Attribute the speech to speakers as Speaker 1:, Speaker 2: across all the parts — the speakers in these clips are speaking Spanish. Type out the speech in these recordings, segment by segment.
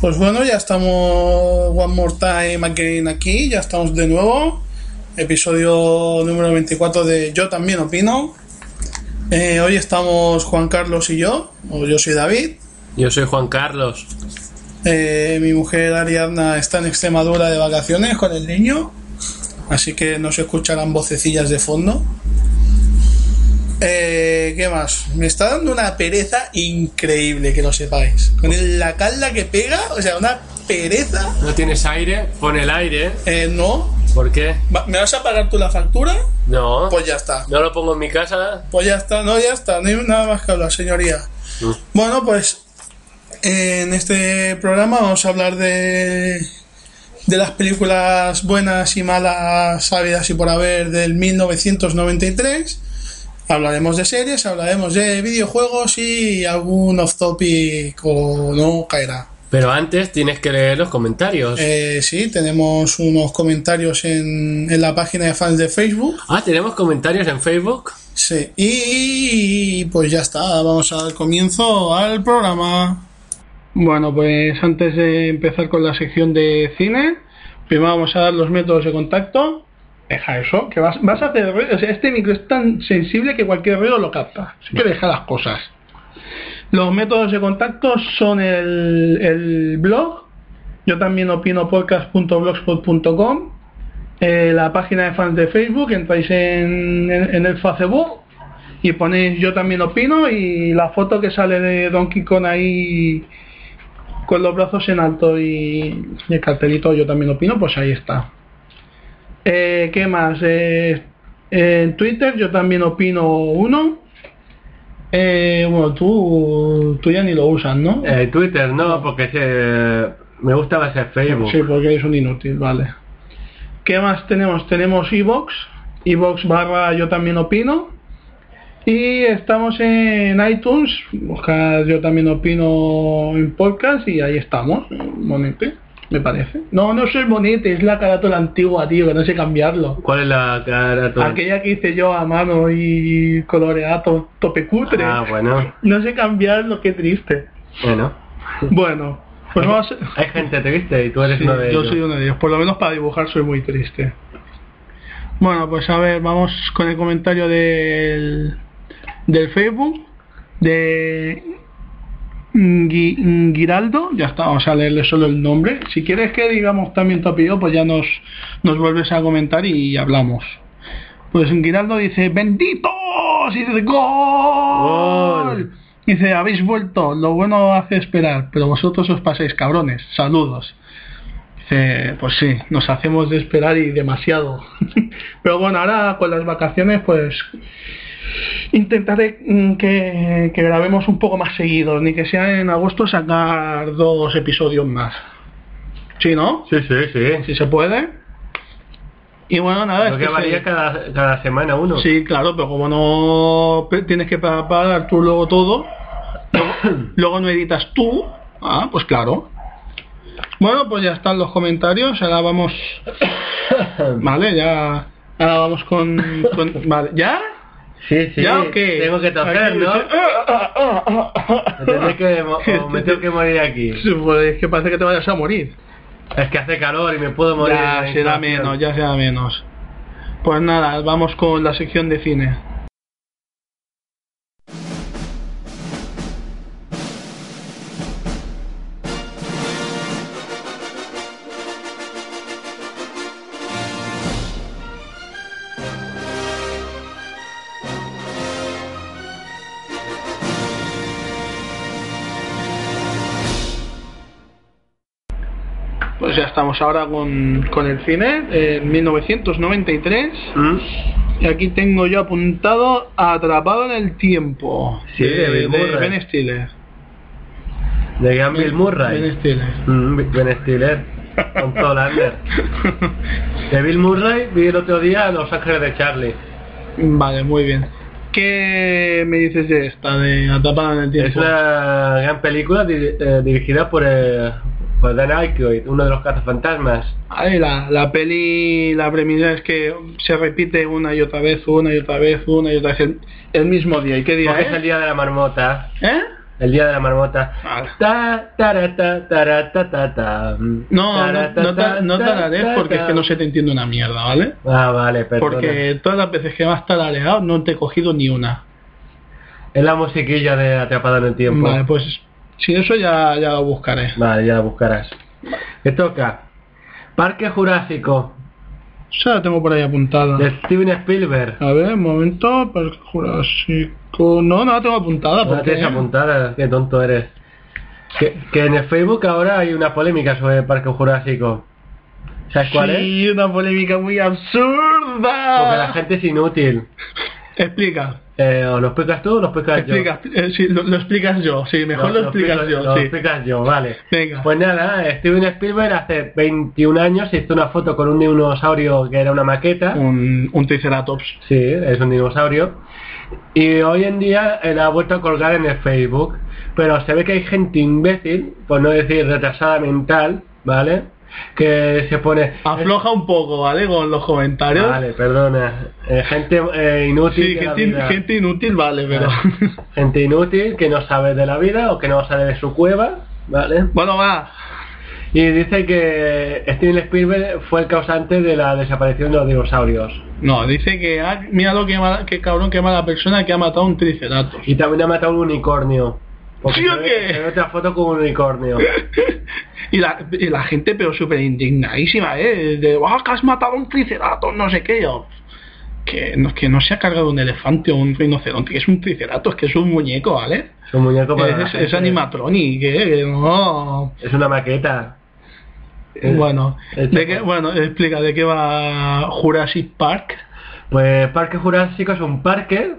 Speaker 1: Pues bueno, ya estamos One More Time Again aquí, ya estamos de nuevo. Episodio número 24 de Yo también opino. Eh, hoy estamos Juan Carlos y yo, o yo soy David.
Speaker 2: Yo soy Juan Carlos.
Speaker 1: Eh, mi mujer Ariadna está en Extremadura de vacaciones con el niño, así que no se escucharán vocecillas de fondo. Eh, ¿Qué más? Me está dando una pereza increíble, que lo sepáis. Con el- la calda que pega, o sea, una pereza.
Speaker 2: ¿No tienes aire? Pon el aire.
Speaker 1: Eh, no.
Speaker 2: ¿Por qué?
Speaker 1: Va- ¿Me vas a pagar tú la factura?
Speaker 2: No.
Speaker 1: Pues ya está.
Speaker 2: No lo pongo en mi casa.
Speaker 1: Pues ya está, no, ya está. No hay nada más que hablar, señoría.
Speaker 2: Mm.
Speaker 1: Bueno, pues eh, en este programa vamos a hablar de, de las películas buenas y malas, habidas y por haber, del 1993. Hablaremos de series, hablaremos de videojuegos y algún off-topic o no caerá.
Speaker 2: Pero antes tienes que leer los comentarios.
Speaker 1: Eh, sí, tenemos unos comentarios en, en la página de fans de Facebook.
Speaker 2: Ah, ¿tenemos comentarios en Facebook?
Speaker 1: Sí, y pues ya está, vamos al comienzo al programa. Bueno, pues antes de empezar con la sección de cine, primero vamos a dar los métodos de contacto. Deja eso, que vas, vas a hacer ruido. O sea, este micro es tan sensible que cualquier ruido lo capta. Así que deja las cosas. Los métodos de contacto son el, el blog, yo también opino podcast.blogspot.com, eh, la página de fans de Facebook, entráis en, en- en el Facebook y ponéis yo también opino y la foto que sale de Donkey Kong ahí con los brazos en alto y, y el cartelito yo también opino, pues ahí está. Eh, ¿Qué más? Eh, en Twitter yo también opino uno. Eh, bueno, tú, tú ya ni lo usas, ¿no?
Speaker 2: Eh, Twitter no, porque se- me gusta más el Facebook.
Speaker 1: Sí, porque es un inútil, vale. ¿Qué más tenemos? Tenemos Evox, Evox barra yo también opino. Y estamos en iTunes, buscad yo también opino en podcast y ahí estamos, monete, me parece. No, no soy monete, es la carátula antigua, tío, que no sé cambiarlo.
Speaker 2: ¿Cuál es la cara?
Speaker 1: Aquella que hice yo a mano y coloreada to- tope cutre.
Speaker 2: Ah, bueno.
Speaker 1: No sé cambiarlo, qué triste.
Speaker 2: Bueno.
Speaker 1: Bueno, pues vamos a...
Speaker 2: Hay gente triste y tú eres
Speaker 1: Sí,
Speaker 2: uno de
Speaker 1: yo
Speaker 2: ellos.
Speaker 1: soy uno de ellos. Por lo menos para dibujar soy muy triste. Bueno, pues a ver, vamos con el comentario del, del Facebook de Gui- Giraldo. Ya está, vamos a leerle solo el nombre. Si quieres que digamos también tu apellido, pues ya nos, nos vuelves a comentar y hablamos. Pues Giraldo dice, benditos, y dice, gol.
Speaker 2: Gol.
Speaker 1: Dice, habéis vuelto, lo bueno hace esperar, pero vosotros os pasáis, cabrones, saludos. Dice, pues sí, nos hacemos de esperar y demasiado. pero bueno, ahora con las vacaciones, pues intentaré mm, que, que grabemos un poco más seguidos, ni que sea en agosto sacar dos episodios más. ¿Sí, no?
Speaker 2: Sí, sí, sí.
Speaker 1: Si se puede. Y bueno, nada,
Speaker 2: Lo que
Speaker 1: este
Speaker 2: varía
Speaker 1: se-
Speaker 2: cada, cada semana uno.
Speaker 1: Sí, claro, pero como no pe- tienes que pa- pagar tú luego todo, luego, luego no editas tú, ah, pues claro. Bueno, pues ya están los comentarios, ahora vamos... Vale, ya... Ahora vamos con... con- vale, ¿ya?
Speaker 2: Sí, sí.
Speaker 1: ¿Ya o qué?
Speaker 2: Tengo que toser,
Speaker 1: Aquí,
Speaker 2: ¿no?
Speaker 1: ah, ah, ah, ah, ah.
Speaker 2: Me tendré que mo- o me tengo que morir aquí.
Speaker 1: Sí, pues es que parece que te vayas a morir.
Speaker 2: Es que hace calor y me puedo morir. en
Speaker 1: Ya
Speaker 2: la
Speaker 1: será
Speaker 2: inhalación.
Speaker 1: menos, ya será menos. Pues nada, vamos con la sección de cine. Pues ya estamos ahora con, con el cine, en 1993.
Speaker 2: ¿Mm?
Speaker 1: Y aquí tengo yo apuntado Atrapado en el tiempo.
Speaker 2: Sí, de Bill Murray.
Speaker 1: Ben Stiller.
Speaker 2: De Gran Bill Murray.
Speaker 1: Ben Stiller.
Speaker 2: Mm, Ben Stiller. Con Paul Ander. De Bill Murray vi el otro día Los Ángeles de Charlie.
Speaker 1: Vale, muy bien. ¿Qué me dices de esta, de Atrapado en el
Speaker 2: Es
Speaker 1: tiempo?
Speaker 2: una gran película di- eh, dirigida por, eh, por Dan Aykroyd, uno de los cazafantasmas.
Speaker 1: Ay, la, la peli, la premisa es que se repite una y otra vez, una y otra vez, una y otra vez, el, el mismo día. ¿Y qué día
Speaker 2: Porque es el
Speaker 1: es?
Speaker 2: día de la marmota.
Speaker 1: ¿Eh?
Speaker 2: El día de la marmota.
Speaker 3: Vale.
Speaker 2: Ta, tara, ta, tara, ta, ta, ta.
Speaker 3: No, no,
Speaker 2: Tara, ta,
Speaker 3: no,
Speaker 2: ta,
Speaker 3: ta- no
Speaker 2: ta,
Speaker 3: tararees
Speaker 2: ta,
Speaker 3: porque es
Speaker 2: ta.
Speaker 3: que no se te entiende una mierda, ¿vale?
Speaker 2: Ah, vale, perdona.
Speaker 3: Porque todas las veces que me has tarareado no te he cogido ni una.
Speaker 2: Es la musiquilla de Atrapada en el Tiempo.
Speaker 3: Vale, pues si eso ya, ya lo buscaré.
Speaker 2: Vale, ya la buscarás. Te toca. Parque Jurásico,
Speaker 3: Ya la tengo por ahí apuntada.
Speaker 2: de Steven Spielberg.
Speaker 3: A ver, un momento, Parque Jurásico. No, no la tengo apuntada.
Speaker 2: No la
Speaker 3: porque
Speaker 2: tienes apuntada, qué tonto eres. Que, que en el Facebook ahora hay una polémica sobre el Parque Jurásico. ¿Sabes cuál es?
Speaker 3: Sí, Ah. una polémica muy
Speaker 2: Porque la
Speaker 3: absurda.
Speaker 2: gente es inútil.
Speaker 3: Explica,
Speaker 2: Eh, ¿O lo explicas tú o lo explicas
Speaker 3: explica, eh, sí, lo, lo explicas yo. Sí,
Speaker 2: yo?
Speaker 3: mejor lo, explicas
Speaker 2: explico-
Speaker 3: yo.
Speaker 2: Ah, Lo
Speaker 3: sí.
Speaker 2: explicas yo, vale.
Speaker 3: Venga.
Speaker 2: Pues nada, Steven Spielberg hace 21 años hizo una foto con un dinosaurio que era una maqueta.
Speaker 3: un, un Triceratops.
Speaker 2: Sí, es un dinosaurio. Y hoy en día eh, la ha vuelto a colgar en el Facebook. Pero se ve que hay gente imbécil, por no decir retrasada mental, ¿vale? Que se pone... eh,
Speaker 3: Afloja un poco, ¿vale? Con los comentarios.
Speaker 2: Vale, perdona. Eh, gente eh, inútil. de
Speaker 3: Sí,
Speaker 2: la
Speaker 3: gente, in-
Speaker 2: vida.
Speaker 3: gente inútil, vale, pero.
Speaker 2: Vale. Gente inútil que no sabe de la vida o que no sale de su cueva, ¿vale?
Speaker 3: bueno, va.
Speaker 2: Y dice que Steven Spielberg fue el causante de la desaparición de los dinosaurios.
Speaker 3: No, dice que. ah, mira lo que mala- qué cabrón, qué mala persona que ha matado un Triceratops.
Speaker 2: Y también ha matado un unicornio. Porque
Speaker 3: ¿Sí o
Speaker 2: se ve-
Speaker 3: qué?
Speaker 2: se ve otra foto con un unicornio.
Speaker 3: Y la, y la gente, pero súper indignadísima, ¿eh? De, ¡ah, que has matado a un triceratops! No sé qué, yo. Que no, que no se ha cargado un elefante o un rinoceronte, que es un triceratops, que es un muñeco, ¿vale?
Speaker 2: Es un muñeco para la
Speaker 3: Es,
Speaker 2: gente.
Speaker 3: es animatronic, ¿eh? Que no.
Speaker 2: Es una maqueta. Eh,
Speaker 3: Bueno,
Speaker 2: eh,
Speaker 3: de qué- bueno, explica, ¿de qué va Jurassic Park?
Speaker 2: Pues Parque Jurásico es un parque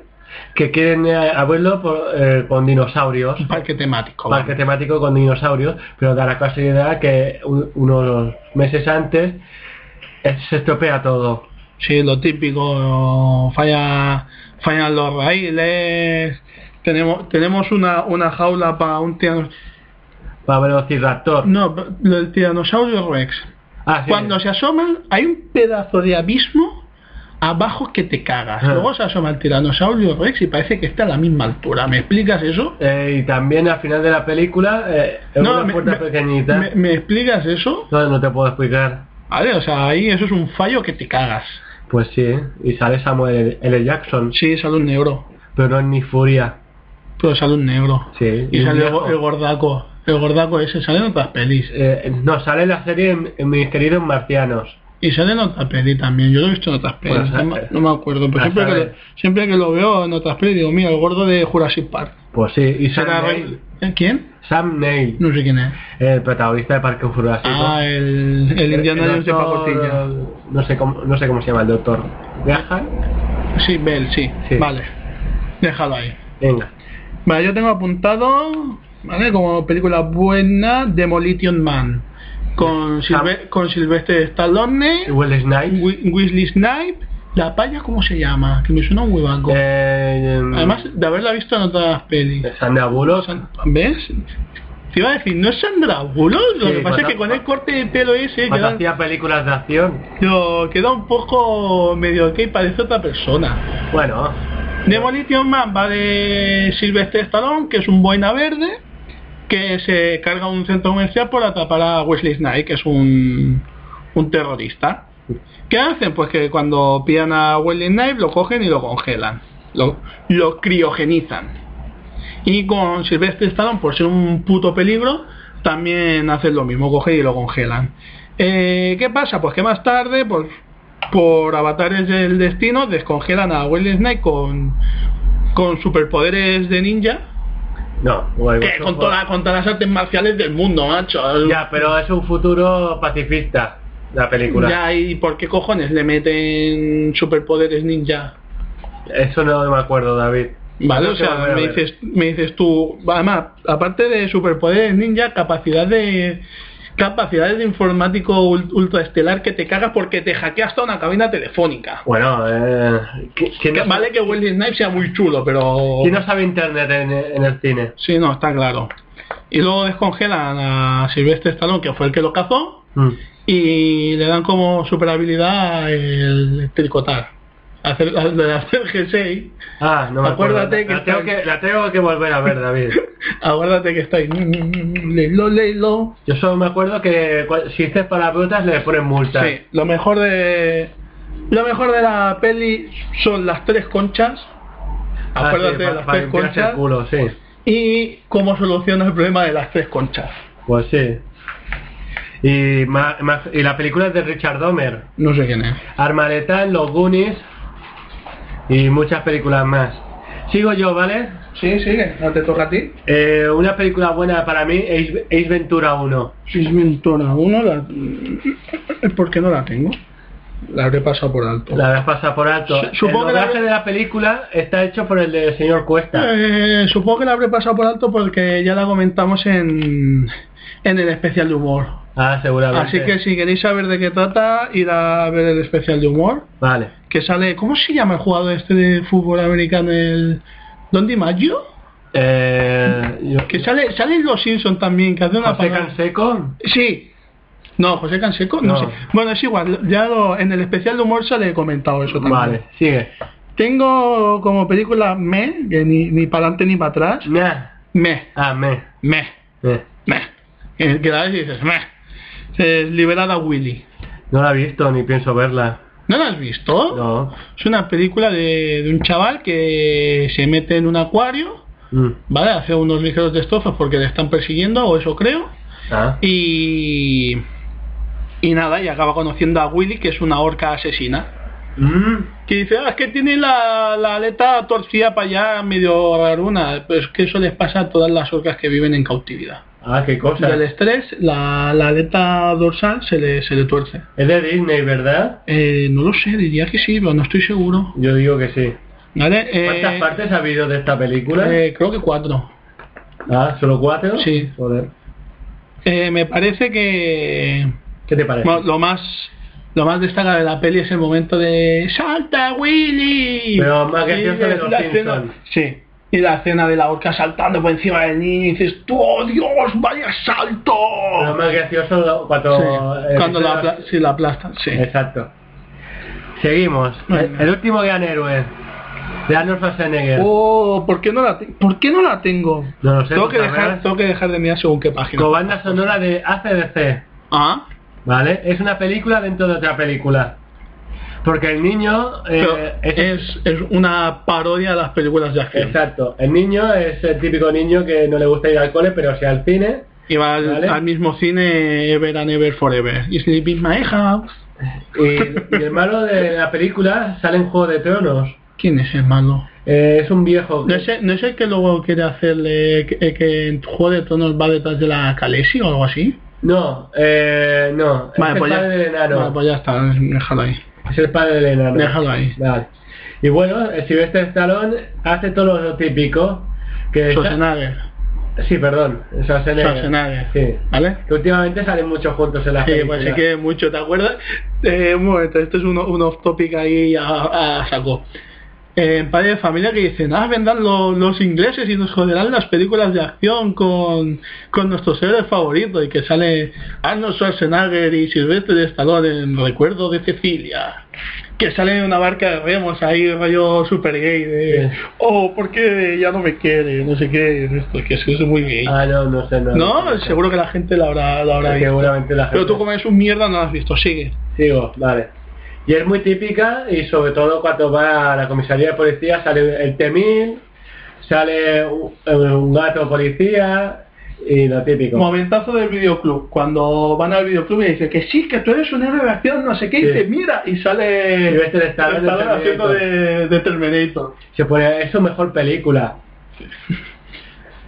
Speaker 2: que quieren eh, abrirlo por- eh, con dinosaurios.
Speaker 3: Un parque temático. ¿vale?
Speaker 2: Parque temático con dinosaurios, pero da la casualidad que un- unos meses antes eh, se estropea todo.
Speaker 3: Sí, lo típico, falla, fallan los raíles. Tenemos, tenemos una, una jaula para un tiano-
Speaker 2: Para Velociraptor.
Speaker 3: No, pero lo del tiranosaurio Rex.
Speaker 2: Ah, sí.
Speaker 3: Cuando se asoman, hay un pedazo de abismo abajo que te cagas.
Speaker 2: Ah.
Speaker 3: Luego se asoma el tiranosaurio Rex y parece que está a la misma altura. ¿Me explicas eso?
Speaker 2: Eh, y también al final de la película, eh, en
Speaker 3: No,
Speaker 2: una
Speaker 3: me-
Speaker 2: puerta
Speaker 3: me-
Speaker 2: pequeñita.
Speaker 3: ¿Me, me explicas eso?
Speaker 2: No, no te puedo explicar.
Speaker 3: Vale, o sea, ahí eso es un fallo que te cagas.
Speaker 2: Pues sí, y sale Samuel L. Jackson,
Speaker 3: Sí, sale un negro,
Speaker 2: pero no es ni Furia.
Speaker 3: pero sale un negro.
Speaker 2: Sí,
Speaker 3: Y
Speaker 2: un
Speaker 3: sale el,
Speaker 2: viejo.
Speaker 3: go- el gordaco. El gordaco ese sale en otras pelis.
Speaker 2: Eh, no, sale la serie en- en Mis queridos marcianos.
Speaker 3: Y sale en otras pelis también. Yo lo he visto en otras pelis.
Speaker 2: Pues,
Speaker 3: no, me- no me acuerdo. Pero
Speaker 2: ah,
Speaker 3: siempre que,
Speaker 2: sale.
Speaker 3: lo, siempre que lo veo en otras pelis digo, mira, el gordo de Jurassic Park.
Speaker 2: Pues sí, y Sam
Speaker 3: Será-
Speaker 2: Neill.
Speaker 3: ¿Eh? ¿Quién?
Speaker 2: Sam Neill,
Speaker 3: No sé quién es.
Speaker 2: el protagonista de Parque Eh, Jurásico.
Speaker 3: Ah, el, el Indiana Jones de Pacotilla.
Speaker 2: No sé, cómo, no sé cómo se llama el doctor. ¿Graham?
Speaker 3: Sí, Bell, sí.
Speaker 2: Sí.
Speaker 3: Vale. Déjalo ahí.
Speaker 2: Venga.
Speaker 3: Vale, yo tengo apuntado, ¿vale? Como película buena, Demolition Man. Con, Silve con Silvestre Stallone,
Speaker 2: Y Will Snipes.
Speaker 3: Wi- Weasley Snipe, la paya, ¿cómo se llama? Que me suena un huevaco.
Speaker 2: Eh, em,
Speaker 3: Además de haberla visto en otras pelis.
Speaker 2: Sandra Bullock.
Speaker 3: ¿Ves? Te iba a decir, ¿no es Sandra Bullock? Lo
Speaker 2: Sí,
Speaker 3: que pasa es
Speaker 2: cuando-
Speaker 3: que con el corte de pelo ese
Speaker 2: Cuando
Speaker 3: queda,
Speaker 2: hacía películas de acción.
Speaker 3: no, queda un poco medio que parece otra persona.
Speaker 2: Bueno,
Speaker 3: Demolition Man va de Sylvester Stallone, que es un boina verde, que se carga a un centro comercial por atrapar a Wesley Snipes, que es un, un terrorista. ¿Qué hacen? Pues que cuando pillan a Wesley Snipes lo cogen y lo congelan, lo, lo criogenizan. Y con Sylvester Stallone, por ser un puto peligro, también hacen lo mismo, cogen y lo congelan. Eh, ¿Qué pasa? Pues que más tarde, pues, por avatares del destino, descongelan a Wesley Snipes con, con superpoderes de ninja,
Speaker 2: no. bueno,
Speaker 3: que
Speaker 2: eso
Speaker 3: con,
Speaker 2: fue-
Speaker 3: toda- con todas las artes marciales del mundo, macho.
Speaker 2: Ya, pero es un futuro pacifista la película.
Speaker 3: Ya, ¿y por qué cojones le meten superpoderes ninja?
Speaker 2: Eso no me acuerdo, David.
Speaker 3: Vale,
Speaker 2: Creo
Speaker 3: o
Speaker 2: que
Speaker 3: sea,
Speaker 2: lo voy a
Speaker 3: me
Speaker 2: ver.
Speaker 3: dices, me dices tú, además, aparte de superpoderes ninja, capacidad de capacidades de informático ul- ultraestelar que te cagas porque te hackea hasta una cabina telefónica.
Speaker 2: Bueno, eh, ¿qui- ¿quién,
Speaker 3: Que
Speaker 2: no,
Speaker 3: vale que Wesley Snipes sea muy chulo, pero...
Speaker 2: quién no sabe internet en, en el cine?
Speaker 3: Sí, no, está claro. Y luego descongelan a Silvestre Stallone, que fue el que lo cazó,
Speaker 2: Mm.
Speaker 3: y le dan como super habilidad el tricotar. hacer, de hacer G6,
Speaker 2: Ah, no me acuerdo.
Speaker 3: Acuérdate que
Speaker 2: la, tengo
Speaker 3: está-
Speaker 2: que la tengo que volver a ver, David.
Speaker 3: aguárdate que Mm, estáis. Leilo, leilo.
Speaker 2: Yo solo me acuerdo que cua- si haces para brutas le ponen multa.
Speaker 3: Sí, lo mejor de. Lo mejor de la peli son las tres conchas.
Speaker 2: Ah, sí,
Speaker 3: Acuérdate de
Speaker 2: pa-
Speaker 3: las
Speaker 2: para
Speaker 3: tres
Speaker 2: limpiarse el
Speaker 3: conchas.
Speaker 2: culo, sí.
Speaker 3: Y cómo solucionas el problema de las tres conchas.
Speaker 2: Pues sí. Y, ma- ma- y la película es de Richard Domer.
Speaker 3: No sé quién es.
Speaker 2: Armaleta, Los Goonies y muchas películas más. Sigo yo, ¿vale?
Speaker 3: Sí, sigue, no te toca a ti.
Speaker 2: Eh, una película buena para mí, Ace, Ace Ventura 1.
Speaker 3: Si es mentora 1, la... ¿por qué no la tengo? La habré pasado por alto.
Speaker 2: La verdad pasa por alto.
Speaker 3: Su- supongo que
Speaker 2: el
Speaker 3: la-
Speaker 2: doblaje de la película está hecho por el del señor Cuesta.
Speaker 3: Eh, supongo que la habré pasado por alto porque ya la comentamos en, en el especial de humor.
Speaker 2: Ah, seguramente.
Speaker 3: Así que si queréis saber de qué trata, ir a ver el especial de humor.
Speaker 2: Vale.
Speaker 3: Que sale, ¿cómo se llama el jugador este de fútbol americano? El Don DiMaggio.
Speaker 2: Eh, yo-
Speaker 3: Que sale, sale en Los Simpson también, que hace una
Speaker 2: José
Speaker 3: parodia.
Speaker 2: Canseco.
Speaker 3: Sí. No, José Canseco, no,
Speaker 2: No.
Speaker 3: sé. Bueno, es igual, ya lo- en el especial de humor sale comentado eso también.
Speaker 2: Vale, sigue.
Speaker 3: Tengo como película Me, que ni, ni para adelante ni para atrás.
Speaker 2: Nah.
Speaker 3: Me,
Speaker 2: Ah, me.
Speaker 3: Me,
Speaker 2: Eh,
Speaker 3: Me. Que que la ves y dices, Me. Eh, liberada Willy.
Speaker 2: No la he visto ni pienso verla.
Speaker 3: ¿No la has visto?
Speaker 2: No.
Speaker 3: Es una película de, de un chaval que se mete en un acuario,
Speaker 2: Mm.
Speaker 3: ¿vale? Hace unos ligeros destrozos porque le están persiguiendo, o eso creo.
Speaker 2: Ah.
Speaker 3: Y. Y nada, y acaba conociendo a Willy, que es una orca asesina.
Speaker 2: Mm.
Speaker 3: Que dice, ah, es que tiene la, la aleta torcida para allá, medio raruna. Pues que eso les pasa a todas las orcas que viven en cautividad.
Speaker 2: Ah, qué cosa.
Speaker 3: Del estrés, la, la aleta dorsal se le, se le tuerce.
Speaker 2: Es de Disney, ¿verdad?
Speaker 3: Eh, no lo sé, diría que sí, pero no estoy seguro.
Speaker 2: Yo digo que sí.
Speaker 3: ¿Vale? Eh,
Speaker 2: ¿Cuántas partes ha habido de esta película?
Speaker 3: eh, creo que cuatro.
Speaker 2: ah, ¿solo cuatro?
Speaker 3: sí.
Speaker 2: Joder.
Speaker 3: Eh, me parece que
Speaker 2: ¿Qué te parece?
Speaker 3: bueno, lo más lo más destacado de la peli es el momento de ¡Salta, Willy!
Speaker 2: Pero más
Speaker 3: Y
Speaker 2: gracioso que los
Speaker 3: la escena-
Speaker 2: Simpsons.
Speaker 3: Sí. Y la escena de la orca saltando por encima del niño y dices, ¡tú, ¡Oh, Dios, vaya salto!
Speaker 2: Lo más gracioso lo- cuando...
Speaker 3: oh. Sí,
Speaker 2: eh,
Speaker 3: Cuando la,
Speaker 2: la-
Speaker 3: apla- sí, la aplastan, sí.
Speaker 2: Exacto. Seguimos.
Speaker 3: Venga.
Speaker 2: El, el último gran héroe. De Arnold Schwarzenegger.
Speaker 3: Oh, ¿por qué no la, te- ¿por qué no la tengo?
Speaker 2: No lo sé,
Speaker 3: tengo,
Speaker 2: tú
Speaker 3: que dejar,
Speaker 2: sabrás.
Speaker 3: tengo que dejar de mirar según qué página.
Speaker 2: Con banda sonora de ACDC.
Speaker 3: Ah,
Speaker 2: Eh, ¿Vale? Es una película dentro de otra película. Porque el niño... eh,
Speaker 3: pero
Speaker 2: es-
Speaker 3: es, es una parodia de las películas de acción.
Speaker 2: Exacto. El niño es el típico niño que no le gusta ir al cole, pero si al cine.
Speaker 3: Y va al,
Speaker 2: ¿Vale?
Speaker 3: al mismo cine Ever and Ever Forever. Y Sleeping My House.
Speaker 2: Y, y el malo de la película sale en Juego de Tronos.
Speaker 3: ¿Quién es el malo?
Speaker 2: Eh, es un viejo.
Speaker 3: ¿No es el, no es el que luego quiere hacerle que, eh, que en Juego de Tronos va detrás de la Calesi o algo así?
Speaker 2: No, eh, no. es el padre del enano.
Speaker 3: vale, pues ya está, déjalo ahí.
Speaker 2: Es el padre del enano.
Speaker 3: Déjalo ahí.
Speaker 2: Vale. Y bueno, eh, Sylvester Stallone hace todo lo típico. Que
Speaker 3: Schwarzenegger.
Speaker 2: Sí, perdón. Schwarzenegger.
Speaker 3: Schwarzenegger.
Speaker 2: Sí.
Speaker 3: ¿Vale?
Speaker 2: Que últimamente salen muchos juntos en la
Speaker 3: Sí,
Speaker 2: película.
Speaker 3: pues sí que mucho, ¿te acuerdas? Eh, un momento, esto es un, un off topic ahí a, a saco. Eh, en Padre de Familia que dicen, ah, vendrán lo- los ingleses y nos joderán las películas de acción con, con nuestros héroes favoritos y que sale Arnold Schwarzenegger y Sylvester Stallone en Recuerdo de Cecilia. Que sale en una barca de remos ahí, rollo super gay de,
Speaker 2: Sí.
Speaker 3: oh, ¿por qué ya no me quiere? No sé qué, esto, que es que es muy gay.
Speaker 2: Ah, no, no sé. No,
Speaker 3: no, seguro que la gente la habrá, la habrá visto.
Speaker 2: Seguramente la gente.
Speaker 3: Pero tú como eres un mierda no lo has visto, sigue.
Speaker 2: Sigo, vale. Y es muy típica y sobre todo cuando va a la comisaría de policía sale el temil, sale un, un gato policía y lo típico.
Speaker 3: Momentazo del videoclub. Cuando van al videoclub y dicen que sí, que tú eres un héroe de acción, no sé qué, y
Speaker 2: Sí.
Speaker 3: dice, mira, y sale
Speaker 2: Sylvester Stallone de
Speaker 3: Stallone haciendo de, de Terminator.
Speaker 2: Se pone, es su mejor película.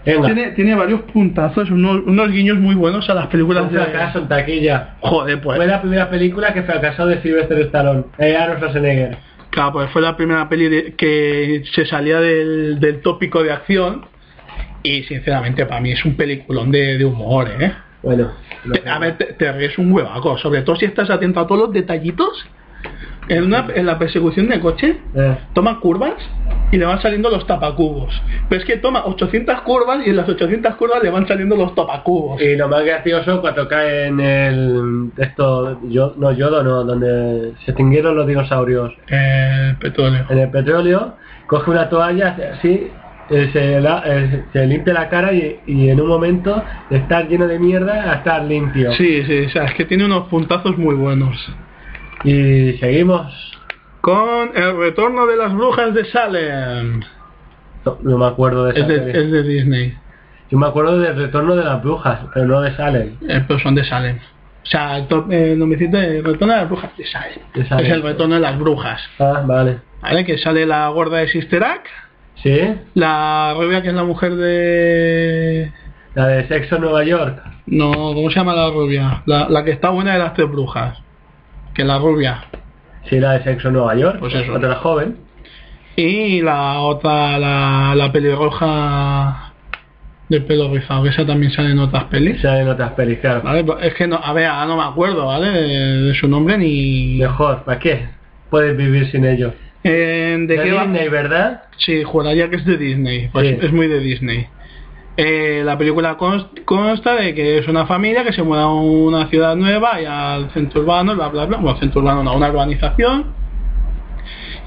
Speaker 2: Venga,
Speaker 3: Tiene, tiene varios puntazos, unos, unos guiños muy buenos a las películas
Speaker 2: un
Speaker 3: de...
Speaker 2: fracaso en taquilla.
Speaker 3: Joder, pues.
Speaker 2: Fue la primera película que fracasó de Sylvester Stallone, eh, Arnold Schwarzenegger.
Speaker 3: Claro, pues fue la primera peli de- que se salía del, del tópico de acción. Y sinceramente para mí es un peliculón de, de humor, ¿eh?
Speaker 2: Bueno, no
Speaker 3: Te-
Speaker 2: sé.
Speaker 3: Eh, a ver, te, te ríes un huevaco, sobre todo si estás atento a todos los detallitos. En, una, en la persecución de coche,
Speaker 2: Eh,
Speaker 3: toma curvas y le van saliendo los tapacubos. Pero es que toma 800 curvas y en las 800 curvas le van saliendo los tapacubos.
Speaker 2: Y lo más gracioso cuando cae en el esto yo no yodo no donde se extinguieron los dinosaurios
Speaker 3: El petróleo.
Speaker 2: en el petróleo coge una toalla hace así eh, se, la- eh, se limpia la cara y, y en un momento de estar lleno de mierda a estar limpio
Speaker 3: Sí, sí, o sea, es que tiene unos puntazos muy buenos.
Speaker 2: y seguimos
Speaker 3: Con El retorno de las brujas de Salem.
Speaker 2: no, no me acuerdo de esa
Speaker 3: Es de,
Speaker 2: serie.
Speaker 3: es de Disney,
Speaker 2: yo me acuerdo del retorno de las brujas pero no de Salem
Speaker 3: eh, pero son de Salem. O sea, el, to- eh, no me hiciste el retorno de las brujas de Salem.
Speaker 2: De Salem.
Speaker 3: Es el retorno de las brujas.
Speaker 2: ah vale
Speaker 3: ¿Vale? Que sale la gorda de Sister Act,
Speaker 2: sí
Speaker 3: la rubia que es la mujer de...
Speaker 2: la de sexo en Nueva York
Speaker 3: No, ¿cómo se llama la rubia? La, la que está buena de las tres brujas. Que es la rubia.
Speaker 2: sí la de sexo en Nueva York
Speaker 3: Pues eso.
Speaker 2: otra joven
Speaker 3: Y la otra, la, la pelirroja de pelo rizado, que esa también sale en otras pelis.
Speaker 2: sale en otras pelis claro.
Speaker 3: Vale, pues es que no, a ver, ahora no me acuerdo, ¿vale? De, de su nombre ni...
Speaker 2: Mejor, ¿para qué? Puedes vivir sin ellos.
Speaker 3: Eh, ¿De
Speaker 2: De
Speaker 3: qué va?
Speaker 2: Disney, ¿verdad?
Speaker 3: Sí, juraría que es de Disney, pues
Speaker 2: Sí.
Speaker 3: es muy de Disney. Eh, la película cons- consta de que es una familia que se muda a una ciudad nueva y al centro urbano, bla, bla, bla, bueno, centro urbano no, a una urbanización.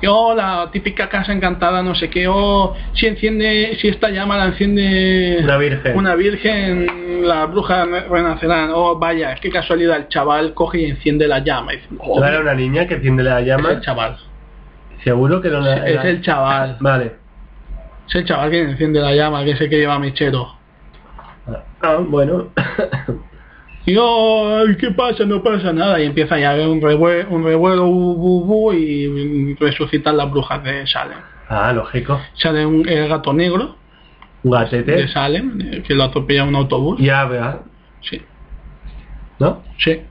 Speaker 3: Y oh, la típica casa encantada, no sé qué, oh, si enciende, si esta llama la enciende
Speaker 2: Una virgen.
Speaker 3: una virgen, las brujas re- renacerán, oh, vaya, qué casualidad, el chaval coge y enciende la llama. Y dice, oh,
Speaker 2: ¿No era una niña que enciende la
Speaker 3: es el
Speaker 2: llama?
Speaker 3: chaval,
Speaker 2: Seguro que no la-
Speaker 3: es
Speaker 2: era-
Speaker 3: el chaval.
Speaker 2: Vale.
Speaker 3: Es el chaval que enciende la llama, que es el que lleva mechero.
Speaker 2: Ah, bueno.
Speaker 3: Y yo, "Ay, ¿qué pasa? No pasa nada. Y empieza ya a haber un, revuelo, un revuelo bu, bu, bu, y resucitan las brujas de Salem.
Speaker 2: ah, lógico.
Speaker 3: Sale un, el gato negro
Speaker 2: Un
Speaker 3: de
Speaker 2: gatete.
Speaker 3: Salem, eh, que lo atropella un autobús.
Speaker 2: Ya, ¿verdad?
Speaker 3: Sí,
Speaker 2: ¿No?
Speaker 3: sí.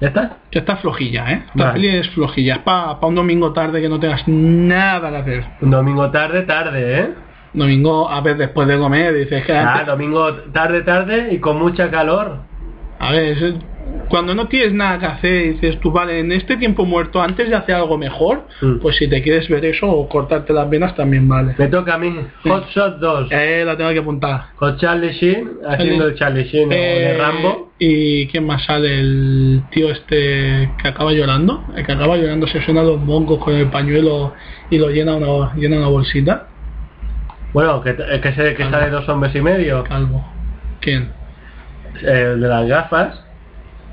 Speaker 2: ¿Ya está?
Speaker 3: Que Está flojilla, ¿eh? Esta
Speaker 2: Vale.
Speaker 3: peli es flojilla. Es para un domingo tarde que no tengas nada que hacer.
Speaker 2: Un domingo tarde, tarde, ¿eh?
Speaker 3: Domingo, a ver, después de comer, dices que...
Speaker 2: Ah,
Speaker 3: antes-
Speaker 2: domingo tarde, tarde y con mucha calor.
Speaker 3: A ver, es- cuando no tienes nada que hacer, dices tú, vale, en este tiempo muerto, antes de hacer algo mejor,
Speaker 2: Mm.
Speaker 3: pues si te quieres ver eso o cortarte las venas también vale.
Speaker 2: Me toca a mí. Hot Shot 2.
Speaker 3: Eh, la tengo que apuntar.
Speaker 2: Con Charlie Sheen, haciendo el Charlie Sheen o
Speaker 3: Eh,
Speaker 2: de Rambo.
Speaker 3: ¿Y quién más sale? El tío este que acaba llorando. El que acaba llorando se suena los mongos con el pañuelo y lo llena una, llena una bolsita.
Speaker 2: Bueno, que, que, se- que sale dos hombres y medio.
Speaker 3: Calvo. ¿Quién?
Speaker 2: El de las gafas.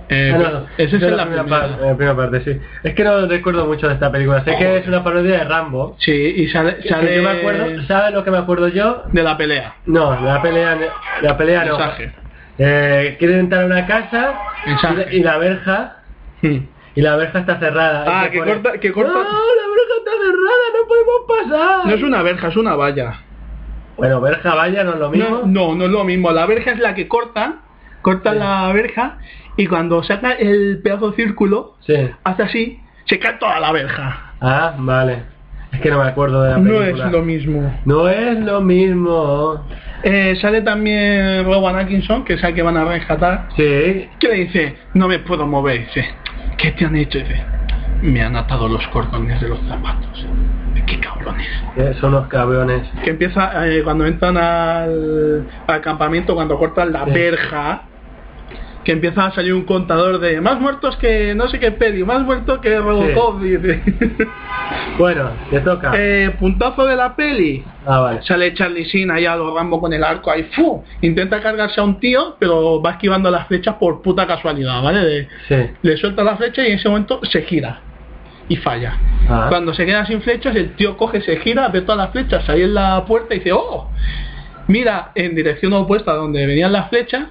Speaker 3: Eh,
Speaker 2: Ah, no,
Speaker 3: ese es
Speaker 2: de
Speaker 3: en la primera. Oh.
Speaker 2: par- en la primera parte, sí. Es que no recuerdo mucho de esta película. Sé que es una parodia de Rambo.
Speaker 3: Sí, y sale,
Speaker 2: Que
Speaker 3: sale
Speaker 2: yo me acuerdo, ¿Sabes lo que me acuerdo yo?
Speaker 3: de la pelea.
Speaker 2: No, la pelea, la pelea no.
Speaker 3: Mensaje.
Speaker 2: Eh, quieren entrar a una casa
Speaker 3: Mensaje.
Speaker 2: y, y la verja
Speaker 3: Hmm.
Speaker 2: y la verja está cerrada.
Speaker 3: Ah,
Speaker 2: Y se
Speaker 3: que
Speaker 2: pone,
Speaker 3: corta- que corta-
Speaker 2: No, la verja está cerrada, no podemos pasar.
Speaker 3: No es una verja, es una valla.
Speaker 2: Bueno, verja vaya no es lo mismo.
Speaker 3: No, no, no es lo mismo. La verja es la que corta, corta
Speaker 2: Sí.
Speaker 3: la verja y cuando saca el pedazo de círculo,
Speaker 2: Sí.
Speaker 3: hace así, se cae toda la verja.
Speaker 2: Ah, vale. Es que no me acuerdo de la
Speaker 3: No
Speaker 2: película.
Speaker 3: es lo mismo.
Speaker 2: No es lo mismo.
Speaker 3: Eh, sale también Rowan Atkinson, que es el que van a rescatar,
Speaker 2: Sí,
Speaker 3: que le dice, no me puedo mover. Dice, ¿qué te han hecho? Dice, me han atado los cordones de los zapatos. Qué cabrones.
Speaker 2: eh, son los cabrones.
Speaker 3: Que empieza eh, cuando entran al, al campamento, cuando cortan la
Speaker 2: Sí.
Speaker 3: verja, que empieza a salir un contador de más muertos que no sé qué peli, más muertos que Robocop. dice.
Speaker 2: Bueno, te toca.
Speaker 3: Eh, puntazo de la peli.
Speaker 2: Ah, vale.
Speaker 3: Sale Charlie Sheen ahí a los Rambo con el arco ahí, ¡fu! Intenta cargarse a un tío, pero va esquivando las flechas por puta casualidad, ¿vale? De-
Speaker 2: Sí.
Speaker 3: le suelta la flecha y en ese momento se gira y falla.
Speaker 2: Ah.
Speaker 3: Cuando se queda sin flechas, el tío coge, se gira, ve todas las flechas ahí en la puerta y dice, ¡oh! Mira en dirección opuesta a donde venían las flechas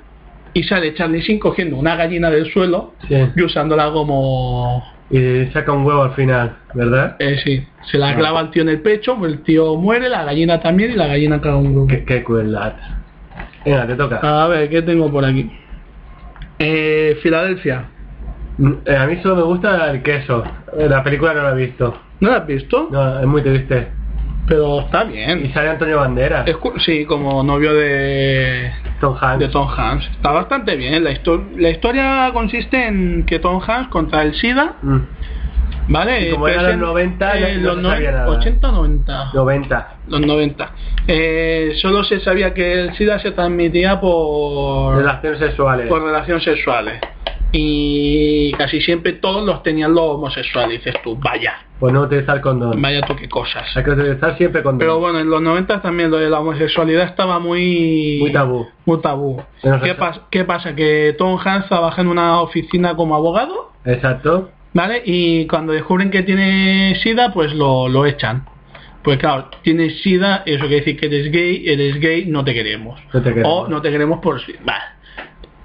Speaker 3: y sale Charlie Sheen cogiendo una gallina del suelo
Speaker 2: Sí.
Speaker 3: y usándola como...
Speaker 2: Y saca un huevo al final, ¿verdad?
Speaker 3: Eh, sí, se
Speaker 2: Ah.
Speaker 3: la clava al tío en el pecho, pues el tío muere, la gallina también y la gallina caga un huevo.
Speaker 2: Qué, qué crueldad. Venga, te toca.
Speaker 3: A ver, ¿qué tengo por aquí? Eh, Filadelfia.
Speaker 2: Mm, eh, A mí solo me gusta el queso. Eh, La película no la he visto.
Speaker 3: ¿No la has visto?
Speaker 2: No, es muy triste.
Speaker 3: Pero está
Speaker 2: Y
Speaker 3: bien.
Speaker 2: sale Antonio Banderas.
Speaker 3: Es cu- sí, como novio de,
Speaker 2: Tom
Speaker 3: de
Speaker 2: Hanks.
Speaker 3: Tom Hanks. Está bastante bien. La, histo- la historia consiste en que Tom Hanks contra el SIDA
Speaker 2: Mm.
Speaker 3: ¿Vale?
Speaker 2: Y como
Speaker 3: Pero
Speaker 2: eran
Speaker 3: es
Speaker 2: los
Speaker 3: que,
Speaker 2: 90,
Speaker 3: eh,
Speaker 2: no
Speaker 3: los
Speaker 2: se
Speaker 3: no-
Speaker 2: sabía nada.
Speaker 3: 80 o 90.
Speaker 2: 90.
Speaker 3: Los 90. Eh, solo se sabía que el SIDA se transmitía por,
Speaker 2: Relaciones sexuales.
Speaker 3: por relaciones sexuales. Y casi siempre todos los tenían los homosexuales. Dices tú, vaya,
Speaker 2: Por Pues no utilizar condón.
Speaker 3: vaya tú qué cosas.
Speaker 2: Hay que utilizar siempre condón.
Speaker 3: Pero bueno, en los 90 también lo de la homosexualidad estaba muy...
Speaker 2: Muy tabú.
Speaker 3: muy tabú.
Speaker 2: Pero
Speaker 3: ¿Qué,
Speaker 2: se-
Speaker 3: pas- qué pasa? Que Tom Hanks trabaja en una oficina como abogado,
Speaker 2: Exacto.
Speaker 3: ¿vale? Y cuando descubren que tiene SIDA, pues lo, lo echan. Pues claro, tienes SIDA, eso quiere decir que eres gay, eres gay, no te queremos.
Speaker 2: No te quedes.
Speaker 3: O Oh, no te queremos por si. Bah.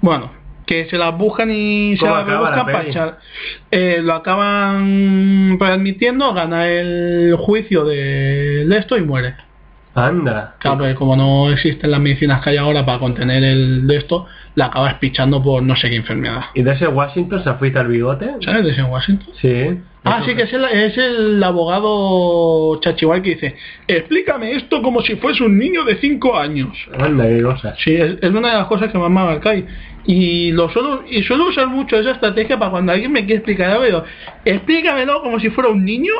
Speaker 3: Bueno, que se las buscan y se
Speaker 2: ¿Cómo
Speaker 3: las
Speaker 2: acaba la
Speaker 3: buscan para
Speaker 2: peli?
Speaker 3: echar. Eh, lo acaban readmitiendo, gana el juicio de de esto y muere.
Speaker 2: Anda.
Speaker 3: Claro, porque como no existen las medicinas que hay ahora para contener el de esto, la acabas pichando por no sé qué enfermedad.
Speaker 2: ¿Y de ese Washington se fuiste al bigote?
Speaker 3: ¿Sabes de ese Washington?
Speaker 2: Sí.
Speaker 3: Ah, sí que es el, es el abogado Chachigual que dice, explícame esto como si fuese un niño de 5 años.
Speaker 2: Anda, qué cosas.
Speaker 3: Sí, es, es una de las cosas que más me marcáis. Y lo suelo, y suelo usar mucho esa estrategia para cuando alguien me quiere explicar algo, digo, explícamelo como si fuera un niño,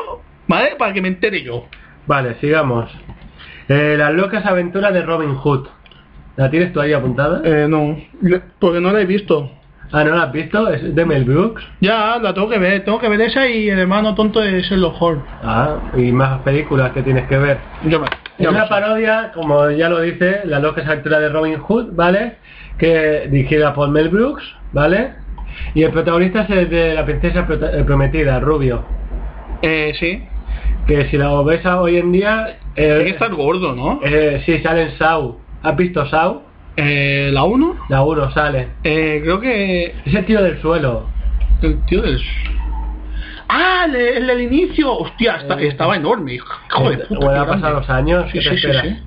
Speaker 3: ¿vale? Para que me entere yo.
Speaker 2: Vale, sigamos. Eh, las locas aventuras de Robin Hood. ¿La tienes tú ahí apuntada?
Speaker 3: Eh, no, porque no la he visto.
Speaker 2: Ah, ¿no la has visto? Es de Mel Brooks.
Speaker 3: Ya, la tengo que ver, tengo que ver esa y el hermano tonto de Sherlock Holmes.
Speaker 2: Ah, y más películas que tienes que ver.
Speaker 3: Yo me,
Speaker 2: Es
Speaker 3: ya me
Speaker 2: una
Speaker 3: sé.
Speaker 2: parodia, como ya lo dice, la loca aventura de Robin Hood, ¿vale? Que dirigida por Mel Brooks, ¿vale? Y el protagonista es el de la princesa Prota- eh, prometida, Rubio.
Speaker 3: Eh, sí.
Speaker 2: Que si la ves hoy en día... eh,
Speaker 3: Hay que estar gordo, ¿no?
Speaker 2: eh, sí, sale en Saw. ¿Has visto Saw?
Speaker 3: Eh, la 1,
Speaker 2: La 1 sale.
Speaker 3: eh, creo que
Speaker 2: Es el tío del suelo.
Speaker 3: el tío del... Ah, el, el del inicio. Hostia, esta-
Speaker 2: Eh,
Speaker 3: estaba enorme. Hijo de
Speaker 2: Eh,
Speaker 3: puta.
Speaker 2: bueno,
Speaker 3: qué
Speaker 2: ha pasado
Speaker 3: grande.
Speaker 2: los años.
Speaker 3: Sí,
Speaker 2: ¿qué
Speaker 3: sí,
Speaker 2: te
Speaker 3: sí,
Speaker 2: esperas?
Speaker 3: sí.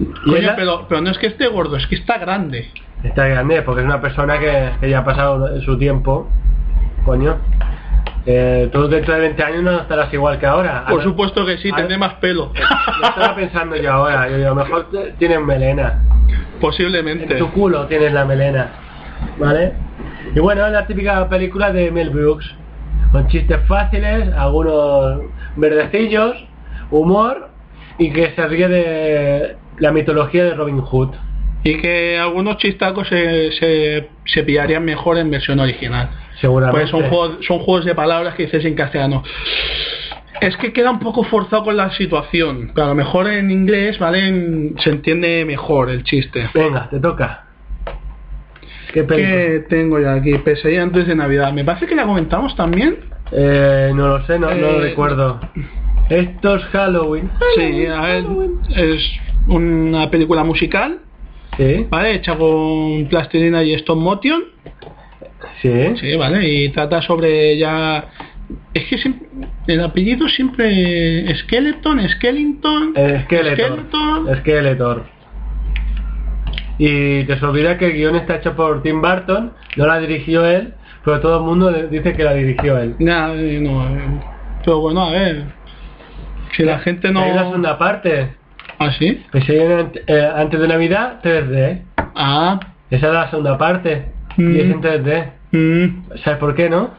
Speaker 2: Y
Speaker 3: Coño,
Speaker 2: ella
Speaker 3: pero, pero no es que esté gordo, es que está grande.
Speaker 2: Está grande, porque es una persona que, que ya ha pasado su tiempo. Coño. Eh, tú dentro de 20 años no estarás igual que ahora.
Speaker 3: Por
Speaker 2: Ahora-
Speaker 3: supuesto que sí,
Speaker 2: a-
Speaker 3: tendré más pelo.
Speaker 2: Lo estaba pensando yo ahora, yo digo, a lo mejor te- tienes melena. En
Speaker 3: Posiblemente.
Speaker 2: tu culo tienes la melena. ¿Vale? Y bueno, es la típica película de Mel Brooks. Con chistes fáciles, algunos verdecillos, humor y que se ríe de la mitología de Robin Hood.
Speaker 3: Y que algunos chistacos se, se, se pillarían mejor en versión original.
Speaker 2: Seguramente.
Speaker 3: Pues son juegos, son juegos de palabras que dices en castellano. Es que queda un poco forzado con la situación. Pero a lo mejor en inglés, ¿vale? En- se entiende mejor el chiste.
Speaker 2: Venga, te toca. ¿Qué película?
Speaker 3: ¿Qué tengo ya aquí? Pesadilla antes de Navidad. Me parece que la comentamos también.
Speaker 2: Eh, no lo sé, no, no lo
Speaker 3: Eh,
Speaker 2: recuerdo. Esto es Halloween.
Speaker 3: Sí, a ver, es una película musical,
Speaker 2: Sí,
Speaker 3: ¿vale? Hecha con plastilina y stop motion.
Speaker 2: sí.
Speaker 3: Sí, ¿vale? Y trata sobre ya... Es que siempre- el apellido siempre... Skeleton, Skellington...
Speaker 2: Skeletor.
Speaker 3: Skeletor.
Speaker 2: Skeletor. Y te se olvida que el guión está hecho por Tim Burton, no la dirigió él, pero todo el mundo de- dice que la dirigió él.
Speaker 3: Nada, eh, no. eh, Pero bueno, a ver. Si la gente no.
Speaker 2: Hay una segunda parte,
Speaker 3: ¿Ah, sí?
Speaker 2: que se viene ant- eh, antes de Navidad, 3D.
Speaker 3: Ah,
Speaker 2: Esa es la segunda parte,
Speaker 3: Mm.
Speaker 2: y es en 3D.
Speaker 3: mm,
Speaker 2: ¿Sabes por qué, no?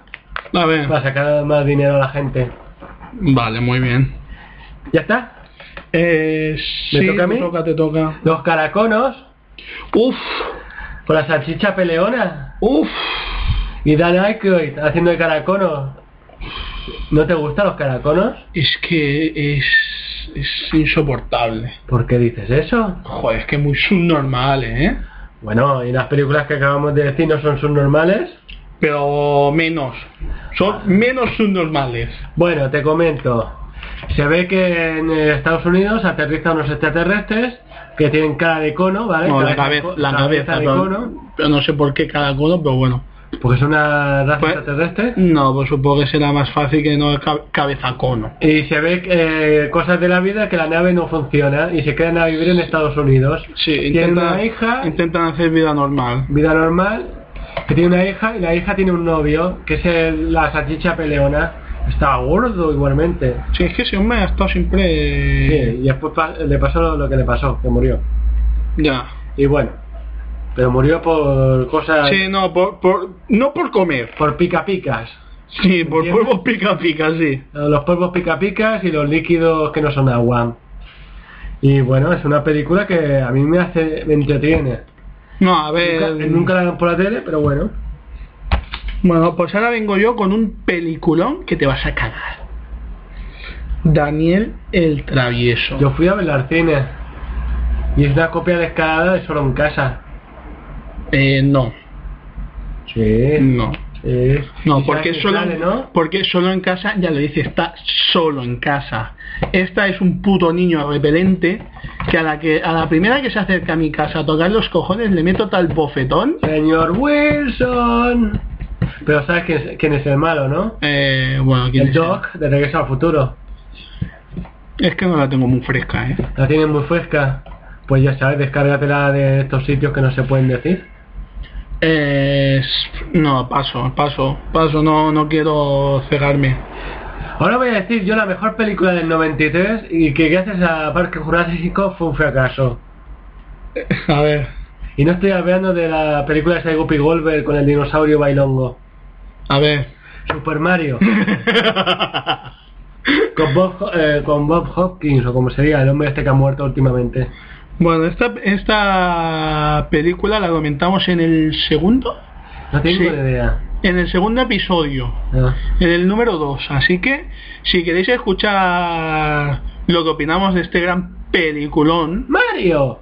Speaker 3: a ver.
Speaker 2: Para sacar más dinero a la gente.
Speaker 3: Vale, muy bien.
Speaker 2: ¿Ya está?
Speaker 3: Eh,
Speaker 2: ¿Me
Speaker 3: sí,
Speaker 2: toca a mí?
Speaker 3: Te toca, te toca.
Speaker 2: Los caraconos,
Speaker 3: Uf,
Speaker 2: con la salchicha peleona,
Speaker 3: uf.
Speaker 2: y Dan Aykroyd haciendo el caracono. ¿No te gustan los caraconos?
Speaker 3: Es que es, es insoportable.
Speaker 2: ¿Por qué dices eso?
Speaker 3: Joder, es que muy subnormal, ¿eh?
Speaker 2: Bueno, y las películas que acabamos de decir no son subnormales.
Speaker 3: Pero menos. Son menos subnormales.
Speaker 2: Bueno, te comento. Se ve que en eh, Estados Unidos aterrizan unos extraterrestres que tienen cara de cono, ¿vale?
Speaker 3: No, la
Speaker 2: de
Speaker 3: cabeza,
Speaker 2: co-
Speaker 3: la cabeza.
Speaker 2: de
Speaker 3: Pero,
Speaker 2: cono,
Speaker 3: pero no sé por qué cada codo, pero bueno.
Speaker 2: porque es una raza
Speaker 3: Pues-
Speaker 2: extraterrestre.
Speaker 3: No, pues supongo que será más fácil que no ca- cabeza cono.
Speaker 2: Y se ve eh, cosas de la vida que la nave no funciona y se quedan a vivir en Estados Unidos.
Speaker 3: Sí,
Speaker 2: Tienen
Speaker 3: intentan,
Speaker 2: una hija.
Speaker 3: intentan hacer vida normal.
Speaker 2: Vida normal, que tiene una hija y la hija tiene un novio, que es el- la salchicha peleona. Está gordo igualmente.
Speaker 3: Sí, es que ese hombre ha estado siempre...
Speaker 2: Sí, y después pa- le pasó lo, lo que le pasó, que murió.
Speaker 3: Ya.
Speaker 2: Y bueno, pero murió por cosas,
Speaker 3: Sí, no por, por- no por comer.
Speaker 2: por pica picas.
Speaker 3: Sí, por
Speaker 2: ¿Entiendes?
Speaker 3: polvos pica pica, sí.
Speaker 2: Los polvos pica picas y los líquidos que no son agua. Y bueno, es una película que a mí me hace, me entretiene.
Speaker 3: No, a ver.
Speaker 2: Nunca, eh, nunca la dan por la tele, pero bueno.
Speaker 3: Bueno, pues ahora vengo yo con un peliculón que te vas a cagar. Daniel el Travieso.
Speaker 2: Yo fui a ver al cine. Y es una copia descarada de Solo en Casa.
Speaker 3: Eh, no,
Speaker 2: Sí.
Speaker 3: no.
Speaker 2: sí.
Speaker 3: No,
Speaker 2: Y
Speaker 3: porque
Speaker 2: Jackie
Speaker 3: solo,
Speaker 2: Chan, ¿no?
Speaker 3: porque solo en casa, ya lo dice, está solo en casa. Esta es un puto niño repelente que a la que a la primera que se acerca a mi casa a tocar los cojones le meto tal bofetón.
Speaker 2: Señor Wilson. Pero sabes quién es, quién es el malo, ¿no?
Speaker 3: Eh, bueno, ¿quién
Speaker 2: El
Speaker 3: es él?
Speaker 2: Doc de Regreso al Futuro.
Speaker 3: Es que no la tengo muy fresca, ¿eh?
Speaker 2: La tienen muy fresca. Pues ya sabes, descárgatela de estos sitios que no se pueden decir.
Speaker 3: Eh, no, paso, paso, paso, no, no quiero cegarme.
Speaker 2: Ahora voy a decir yo la mejor película del 93 y que gracias a Parque Jurásico fue un fracaso.
Speaker 3: A ver,
Speaker 2: Y no estoy hablando de la película de Guppy Goldberg con el dinosaurio bailongo.
Speaker 3: a ver.
Speaker 2: Super Mario. con, Bob, Ho- eh, con Bob Hopkins, o como sería el hombre este que ha muerto últimamente.
Speaker 3: Bueno, esta, esta película la comentamos en el segundo,
Speaker 2: No tengo
Speaker 3: Sí.
Speaker 2: ni idea.
Speaker 3: en el segundo episodio.
Speaker 2: No.
Speaker 3: en el número 2. Así que, si queréis escuchar lo que opinamos de este gran peliculón,
Speaker 2: ¡Mario!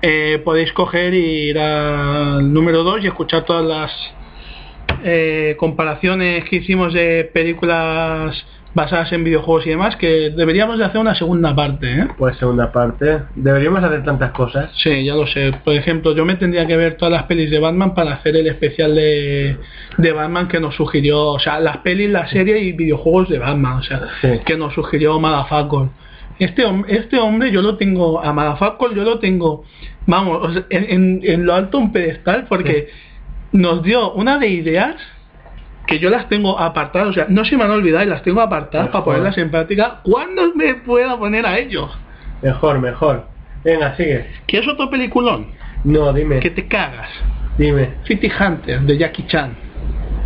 Speaker 3: eh, podéis coger y ir al número 2 y escuchar todas las eh, comparaciones que hicimos de películas basadas en videojuegos y demás, que deberíamos de hacer una segunda parte, ¿eh?
Speaker 2: Pues segunda parte. Deberíamos hacer tantas cosas.
Speaker 3: Sí, ya lo sé. Por ejemplo, yo me tendría que ver todas las pelis de Batman para hacer el especial de, de Batman que nos sugirió, o sea, las pelis, la serie y videojuegos de Batman, o sea,
Speaker 2: Sí.
Speaker 3: que nos sugirió Madafacol. Este, hom- este hombre yo lo tengo, a Madafacol yo lo tengo, vamos, o sea, en, en- en lo alto un pedestal porque nos dio una de ideas que yo las tengo apartadas, o sea, no se me han olvidado y las tengo apartadas para
Speaker 2: Mejor.
Speaker 3: ponerlas en práctica cuando me pueda poner a ello.
Speaker 2: Mejor, mejor. Venga, sigue.
Speaker 3: Que es otro peliculón,
Speaker 2: No, dime.
Speaker 3: que te cagas.
Speaker 2: Dime.
Speaker 3: City Hunter de Jackie Chan.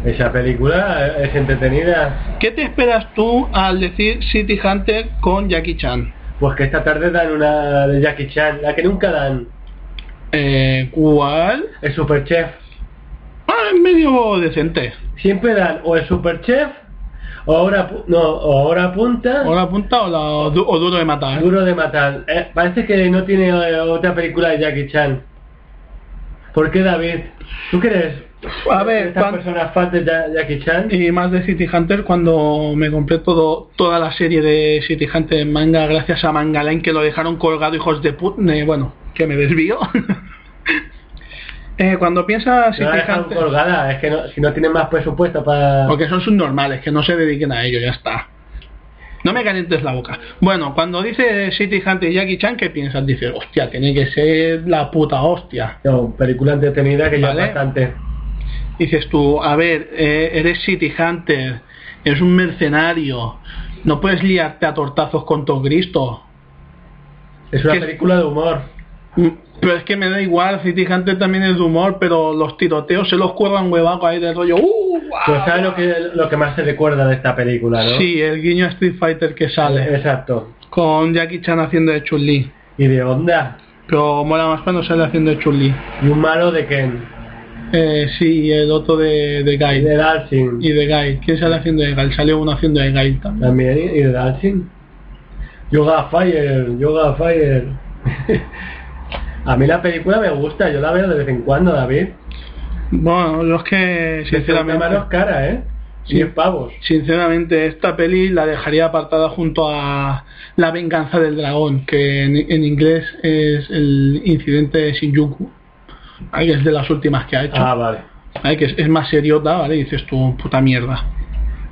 Speaker 2: Esa película eh, es entretenida.
Speaker 3: ¿Qué te esperas tú al decir City Hunter con Jackie Chan?
Speaker 2: Pues que esta tarde dan una de Jackie Chan, la que nunca dan.
Speaker 3: Eh, ¿Cuál?
Speaker 2: El Superchef.
Speaker 3: Ah, es medio decente.
Speaker 2: Siempre dan o el Superchef o hora, pu- no, o hora punta.
Speaker 3: O la punta o, la, o du- o duro de matar.
Speaker 2: Duro de matar. Eh, parece que no tiene eh, otra película de Jackie Chan. ¿Por qué David? ¿Tú crees?
Speaker 3: A ver,
Speaker 2: estas
Speaker 3: cuan-
Speaker 2: personas fan de Ja- Jackie Chan.
Speaker 3: Y más de City Hunter cuando me compré todo, toda la serie de City Hunter en manga gracias a Mangalen que lo dejaron colgado hijos de put... eh, bueno, que me desvío. Eh, cuando piensas
Speaker 2: No la
Speaker 3: City
Speaker 2: dejan
Speaker 3: Hunter...
Speaker 2: colgada, es que no- si no tienen más presupuesto para...
Speaker 3: Porque son subnormales, que no se dediquen a ello, ya está. No me calientes la boca. Bueno, cuando dice City Hunter y Jackie Chan, ¿qué piensas? Dices, hostia, tiene que ser la puta hostia.
Speaker 2: No, película entretenida que ya
Speaker 3: Vale.
Speaker 2: es bastante.
Speaker 3: Dices tú, a ver, eh, eres City Hunter, es un mercenario, no puedes liarte a tortazos con todo Cristo.
Speaker 2: Es una
Speaker 3: ¿Qué-
Speaker 2: película de humor.
Speaker 3: Mm, Pero es que me da igual, City Hunter también es de humor, pero los tiroteos se los cuerdan huevaco ahí del rollo. ¡Uh! guau,
Speaker 2: Pues sabes lo
Speaker 3: guau".
Speaker 2: que, lo que más se recuerda de esta película, ¿no? Eh,
Speaker 3: Sí, el guiño a Street Fighter que sale,
Speaker 2: Exacto.
Speaker 3: con Jackie Chan haciendo de Chun-Li.
Speaker 2: Y de onda.
Speaker 3: Pero mola más cuando sale haciendo Chun-Li.
Speaker 2: Y un malo de Ken.
Speaker 3: Eh, sí, y el otro de, de
Speaker 2: Y
Speaker 3: Guy.
Speaker 2: de Dalsin.
Speaker 3: Y de Guy. ¿Quién sale haciendo de Guy? Salió uno haciendo de Guy también.
Speaker 2: También, y de Dalsin. Yoga Fire, Yoga Fire. A mí la película me gusta, yo la veo de vez en cuando, David.
Speaker 3: Bueno, yo es que,
Speaker 2: Me
Speaker 3: sinceramente,
Speaker 2: manos cara, ¿eh?
Speaker 3: Sí.
Speaker 2: 10 pavos.
Speaker 3: sinceramente, esta peli la dejaría apartada junto a La venganza del dragón, que en, en inglés es el incidente de Shinjuku. Ay, que es de las últimas que ha hecho.
Speaker 2: Ah, vale.
Speaker 3: Ay, que es, es más seriota, ¿vale? Y dices tú, puta mierda.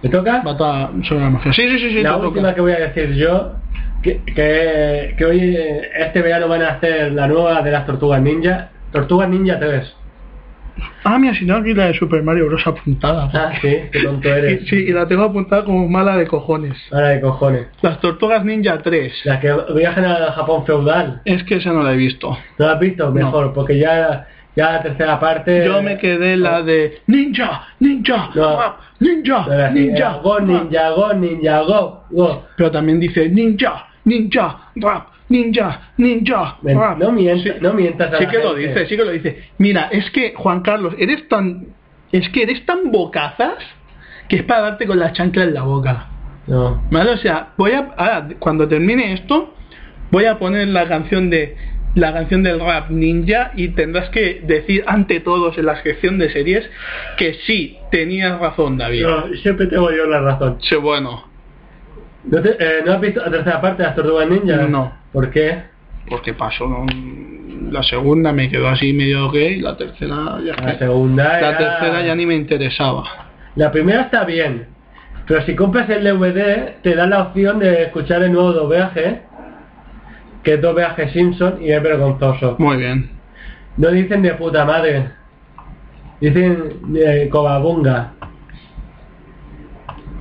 Speaker 2: ¿Me toca?
Speaker 3: Va toda sobre la mafia. Sí, sí, sí, sí.
Speaker 2: la
Speaker 3: te toca.
Speaker 2: última que voy a decir yo, que, que, que hoy eh, este verano van a hacer la nueva de las Tortugas Ninja, Tortugas Ninja 3.
Speaker 3: Ah, mira, si no, aquí la de Super Mario Bros. apuntada.
Speaker 2: Ah, sí, qué tonto eres.
Speaker 3: Sí, y la tengo apuntada como mala de cojones.
Speaker 2: Ahora de cojones.
Speaker 3: Las Tortugas Ninja 3.
Speaker 2: La que viajan al Japón feudal.
Speaker 3: Es que esa no la he visto.
Speaker 2: ¿No la has visto? Mejor, porque ya, Ya la tercera parte.
Speaker 3: Yo me quedé en la de ninja, ninja,
Speaker 2: Eh, No.
Speaker 3: guap, ninja,
Speaker 2: No, la-
Speaker 3: ninja,
Speaker 2: eh, Go,
Speaker 3: guap.
Speaker 2: ninja, go, ninja, go, go.
Speaker 3: Pero también dice ninja, ninja, guap, ninja, ninja,
Speaker 2: Ven,
Speaker 3: guap.
Speaker 2: No mientas, no mientas a
Speaker 3: Sí
Speaker 2: la
Speaker 3: que lo
Speaker 2: gente.
Speaker 3: dice, sí que lo dice. Mira, es que Juan Carlos, eres tan, es que eres tan bocazas que es para darte con la chancla en la boca.
Speaker 2: No.
Speaker 3: ¿Vale? O sea, voy a. Ahora, cuando termine esto, voy a poner la canción de. La canción del rap ninja y tendrás que decir ante todos en la sección de series que sí, tenías razón, David.
Speaker 2: No, siempre tengo yo la razón.
Speaker 3: Sí, bueno,
Speaker 2: ¿No, te- eh, ¿no has visto la tercera parte de las Tortugas Ninja?
Speaker 3: No.
Speaker 2: ¿Por qué?
Speaker 3: porque pasó. ¿no? La segunda me quedó así medio gay, la tercera ya.
Speaker 2: La segunda
Speaker 3: la
Speaker 2: era-
Speaker 3: tercera ya ni me interesaba.
Speaker 2: La primera está bien, pero si compras el DVD te da la opción de escuchar el nuevo doblaje, que es doblaje Simpson y es vergonzoso.
Speaker 3: Muy bien.
Speaker 2: No dicen de puta madre, dicen de cobabunga.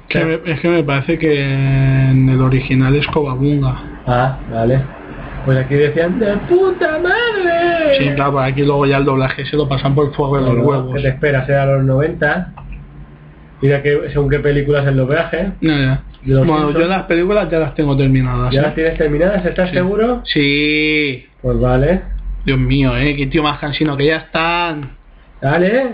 Speaker 3: Que me- es que me parece que en el original es Cobabunga.
Speaker 2: Ah, vale. Pues aquí decían de puta madre.
Speaker 3: Sí, claro, aquí luego ya el doblaje se lo pasan por fuego de los
Speaker 2: ¿Qué
Speaker 3: huevos.
Speaker 2: te esperas? Era los 90. Mira que según qué películas el doblaje.
Speaker 3: Ya, ya.
Speaker 2: Lo
Speaker 3: Bueno,
Speaker 2: siento.
Speaker 3: yo las películas ya las tengo terminadas.
Speaker 2: ¿Ya
Speaker 3: ¿eh?
Speaker 2: las tienes terminadas? ¿Estás
Speaker 3: Sí.
Speaker 2: seguro?
Speaker 3: Sí,
Speaker 2: Pues vale.
Speaker 3: Dios mío, ¿eh? Qué tío más cansino que ya están.
Speaker 2: Vale.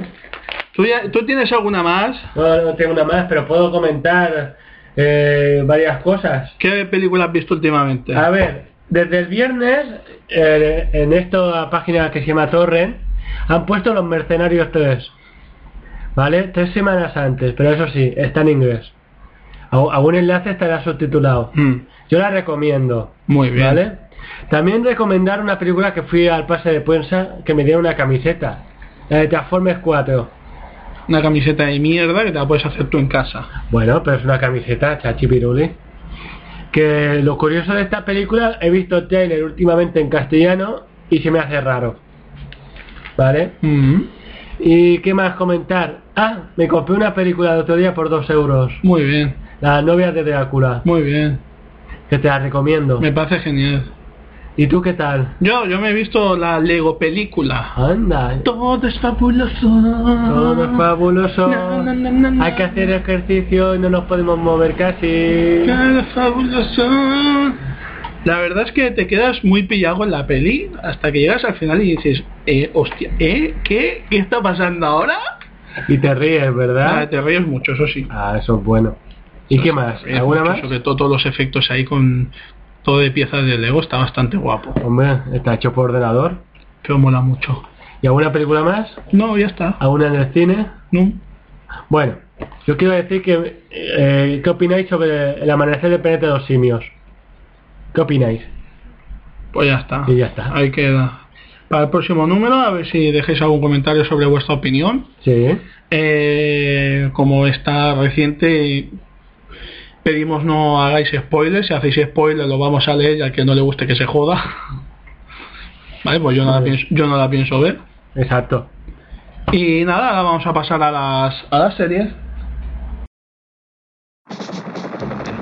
Speaker 3: ¿Tú, ya- ¿Tú tienes alguna más?
Speaker 2: No, no tengo una más, pero puedo comentar eh, varias cosas.
Speaker 3: ¿Qué película has visto últimamente?
Speaker 2: A ver, desde el viernes, eh, en esta página que se llama Torrent, han puesto Los Mercenarios 3. ¿Vale? Tres semanas antes, pero eso sí, está en inglés. Au- Algún enlace estará subtitulado.
Speaker 3: Mm,
Speaker 2: Yo la recomiendo.
Speaker 3: muy bien.
Speaker 2: ¿Vale? También recomendar una película que fui al pase de prensa que me dieron una camiseta. La de Transformers 4.
Speaker 3: Una camiseta de mierda que te la puedes hacer tú en casa.
Speaker 2: Bueno, pero es una camiseta, chachi piruli. Que lo curioso de esta película, he visto el trailer últimamente en castellano y se me hace raro. ¿Vale?
Speaker 3: Mm,
Speaker 2: ¿Y qué más comentar? Ah, me compré una película el otro día por 2 euros.
Speaker 3: muy bien,
Speaker 2: La novia de Drácula,
Speaker 3: muy bien.
Speaker 2: que te la recomiendo.
Speaker 3: Me parece genial.
Speaker 2: ¿Y tú qué tal?
Speaker 3: Yo, yo me he visto la Lego película.
Speaker 2: Anda, eh.
Speaker 3: Todo es fabuloso.
Speaker 2: todo es fabuloso.
Speaker 3: Na, na, na, na, na.
Speaker 2: Hay que hacer ejercicio y no nos podemos mover casi.
Speaker 3: Todo es fabuloso. La verdad es que te quedas muy pillado en la peli hasta que llegas al final y dices, eh, hostia, ¿eh? ¿Qué? ¿Qué está pasando ahora?
Speaker 2: Y te ríes,
Speaker 3: Ah,
Speaker 2: ¿verdad?
Speaker 3: te ríes mucho, eso sí.
Speaker 2: Ah, eso es bueno. ¿Y qué más?
Speaker 3: Te ríes
Speaker 2: ¿Alguna
Speaker 3: mucho,
Speaker 2: más?
Speaker 3: Sobre todo todos los efectos ahí con todo de piezas de Lego, está bastante guapo.
Speaker 2: Hombre, está hecho por ordenador.
Speaker 3: Pero mola mucho.
Speaker 2: ¿Y alguna película más?
Speaker 3: No, ya está.
Speaker 2: ¿Alguna en el cine?
Speaker 3: No.
Speaker 2: Bueno, yo quiero decir que... eh, ¿Qué opináis sobre el amanecer del planeta de los simios? ¿Qué opináis?
Speaker 3: Pues ya está.
Speaker 2: Y ya está.
Speaker 3: Ahí queda. Para el próximo número, a ver si dejéis algún comentario sobre vuestra opinión.
Speaker 2: Sí.
Speaker 3: Eh, como está reciente, pedimos no hagáis spoilers. Si hacéis spoilers, lo vamos a leer y al que no le guste que se joda. Vale, pues yo no la
Speaker 2: Muy bien.
Speaker 3: pienso, yo no la pienso ver.
Speaker 2: Exacto.
Speaker 3: Y nada, ahora vamos a pasar a las, a las series.
Speaker 4: En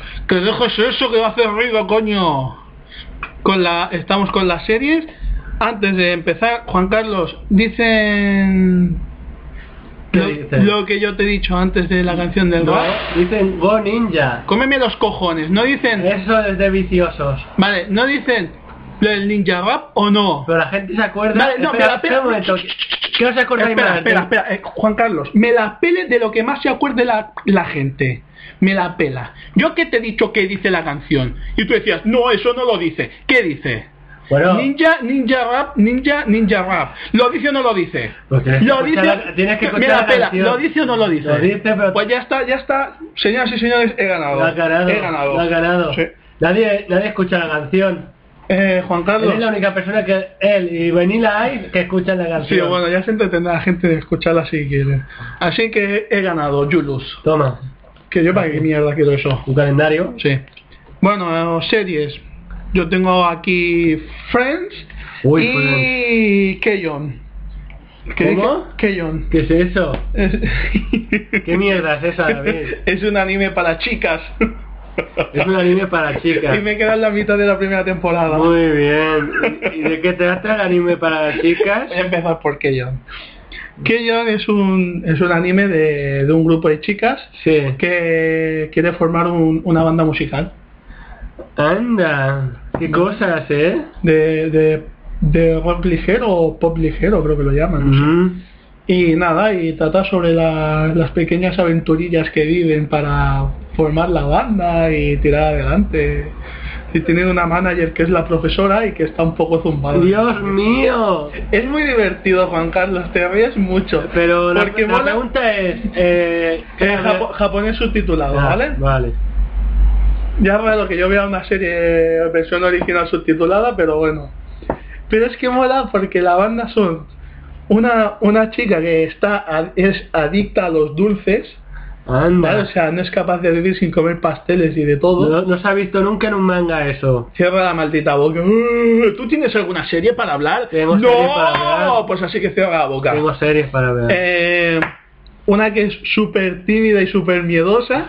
Speaker 3: Que dejes eso que va a hacer ruido, coño. Con la... Estamos con las series. Antes de empezar, Juan Carlos, dicen.
Speaker 2: ¿Qué
Speaker 3: lo,
Speaker 2: dicen?
Speaker 3: lo que yo te he dicho antes de la canción del
Speaker 2: No,
Speaker 3: rap.
Speaker 2: dicen Go Ninja.
Speaker 3: Cómeme los cojones, no dicen.
Speaker 2: Eso es de viciosos.
Speaker 3: Vale, no dicen lo del ninja rap o no.
Speaker 2: Pero la gente se acuerda...
Speaker 3: Vale, no, pero espera,
Speaker 2: un momento. ¿Qué os acordáis
Speaker 3: Espera,
Speaker 2: más?
Speaker 3: espera, espera, eh, Juan Carlos, me la pele de lo que más se acuerde la, la gente. Me la pela. Yo que te he dicho que dice la canción. Y tú decías, no, eso no lo dice. ¿Qué dice?
Speaker 2: Bueno,
Speaker 3: Ninja, ninja rap, ninja, ninja rap. ¿Lo dice o no lo dice?
Speaker 2: Pues tienes que
Speaker 3: lo dice.
Speaker 2: escuchar la- tienes que
Speaker 3: me
Speaker 2: escuchar
Speaker 3: la
Speaker 2: la
Speaker 3: pela.
Speaker 2: canción.
Speaker 3: ¿Lo dice o no lo dice?
Speaker 2: Lo dice, pero-
Speaker 3: Pues ya está, ya está. Señoras y señores, he ganado.
Speaker 2: la has ganado.
Speaker 3: He ganado.
Speaker 2: la has ganado.
Speaker 3: Sí.
Speaker 2: Nadie, nadie escucha la canción.
Speaker 3: Eh, Juan
Speaker 2: Él
Speaker 3: Carlos.
Speaker 2: es la única persona que él y Vanilla Ice que escuchan la
Speaker 3: Sí,
Speaker 2: canción.
Speaker 3: bueno, ya se entretendrá la gente de escucharla si quiere. Así que he ganado, Julus.
Speaker 2: Toma,
Speaker 3: Que yo para qué mierda quiero eso.
Speaker 2: un calendario.
Speaker 3: Sí. Bueno, eh, series. Yo tengo aquí Friends
Speaker 2: Uy,
Speaker 3: y Keyon.
Speaker 2: ¿Cómo?
Speaker 3: Keyon.
Speaker 2: ¿Qué es eso?
Speaker 3: Es...
Speaker 2: ¿Qué mierda es esa, David?
Speaker 3: es un anime para chicas.
Speaker 2: Es un anime para chicas.
Speaker 3: y me queda en la mitad de la primera temporada.
Speaker 2: Muy bien. ¿Y de qué trata el anime para chicas?
Speaker 3: Voy a empezar por Keyon. Keyon es un, es un anime de, de un grupo de chicas
Speaker 2: Sí.
Speaker 3: que quiere formar un- una banda musical
Speaker 2: Anda, qué cosas, ¿eh?
Speaker 3: de, de, de rock ligero o pop ligero, creo que lo llaman. no sé.
Speaker 2: Mm.
Speaker 3: Y nada, y trata sobre la- las pequeñas aventurillas que viven para formar la banda y tirar adelante. Y tienen una manager que es la profesora y que está un poco zumbada.
Speaker 2: Dios mío.
Speaker 3: Es muy divertido, Juan Carlos, te ríes mucho.
Speaker 2: Pero la,
Speaker 3: Porque
Speaker 2: la
Speaker 3: mola-
Speaker 2: pregunta es... Eh,
Speaker 3: En japo- japonés subtitulado,
Speaker 2: Ah,
Speaker 3: ¿vale?
Speaker 2: Vale.
Speaker 3: Ya es raro que yo vea una serie versión original subtitulada, pero bueno. Pero es que mola porque la banda son una, una chica que está a- es adicta a los dulces,
Speaker 2: Anda.
Speaker 3: ¿vale? O sea, no es capaz de vivir sin comer pasteles y de todo.
Speaker 2: No, no se ha visto nunca en un manga eso.
Speaker 3: Cierra la maldita boca. "Uh, ¿Tú tienes alguna serie para hablar?
Speaker 2: Tengo
Speaker 3: no,
Speaker 2: serie para hablar.
Speaker 3: pues así que cierra la boca.
Speaker 2: Tengo series para ver.
Speaker 3: Eh, una que es súper tímida y súper miedosa,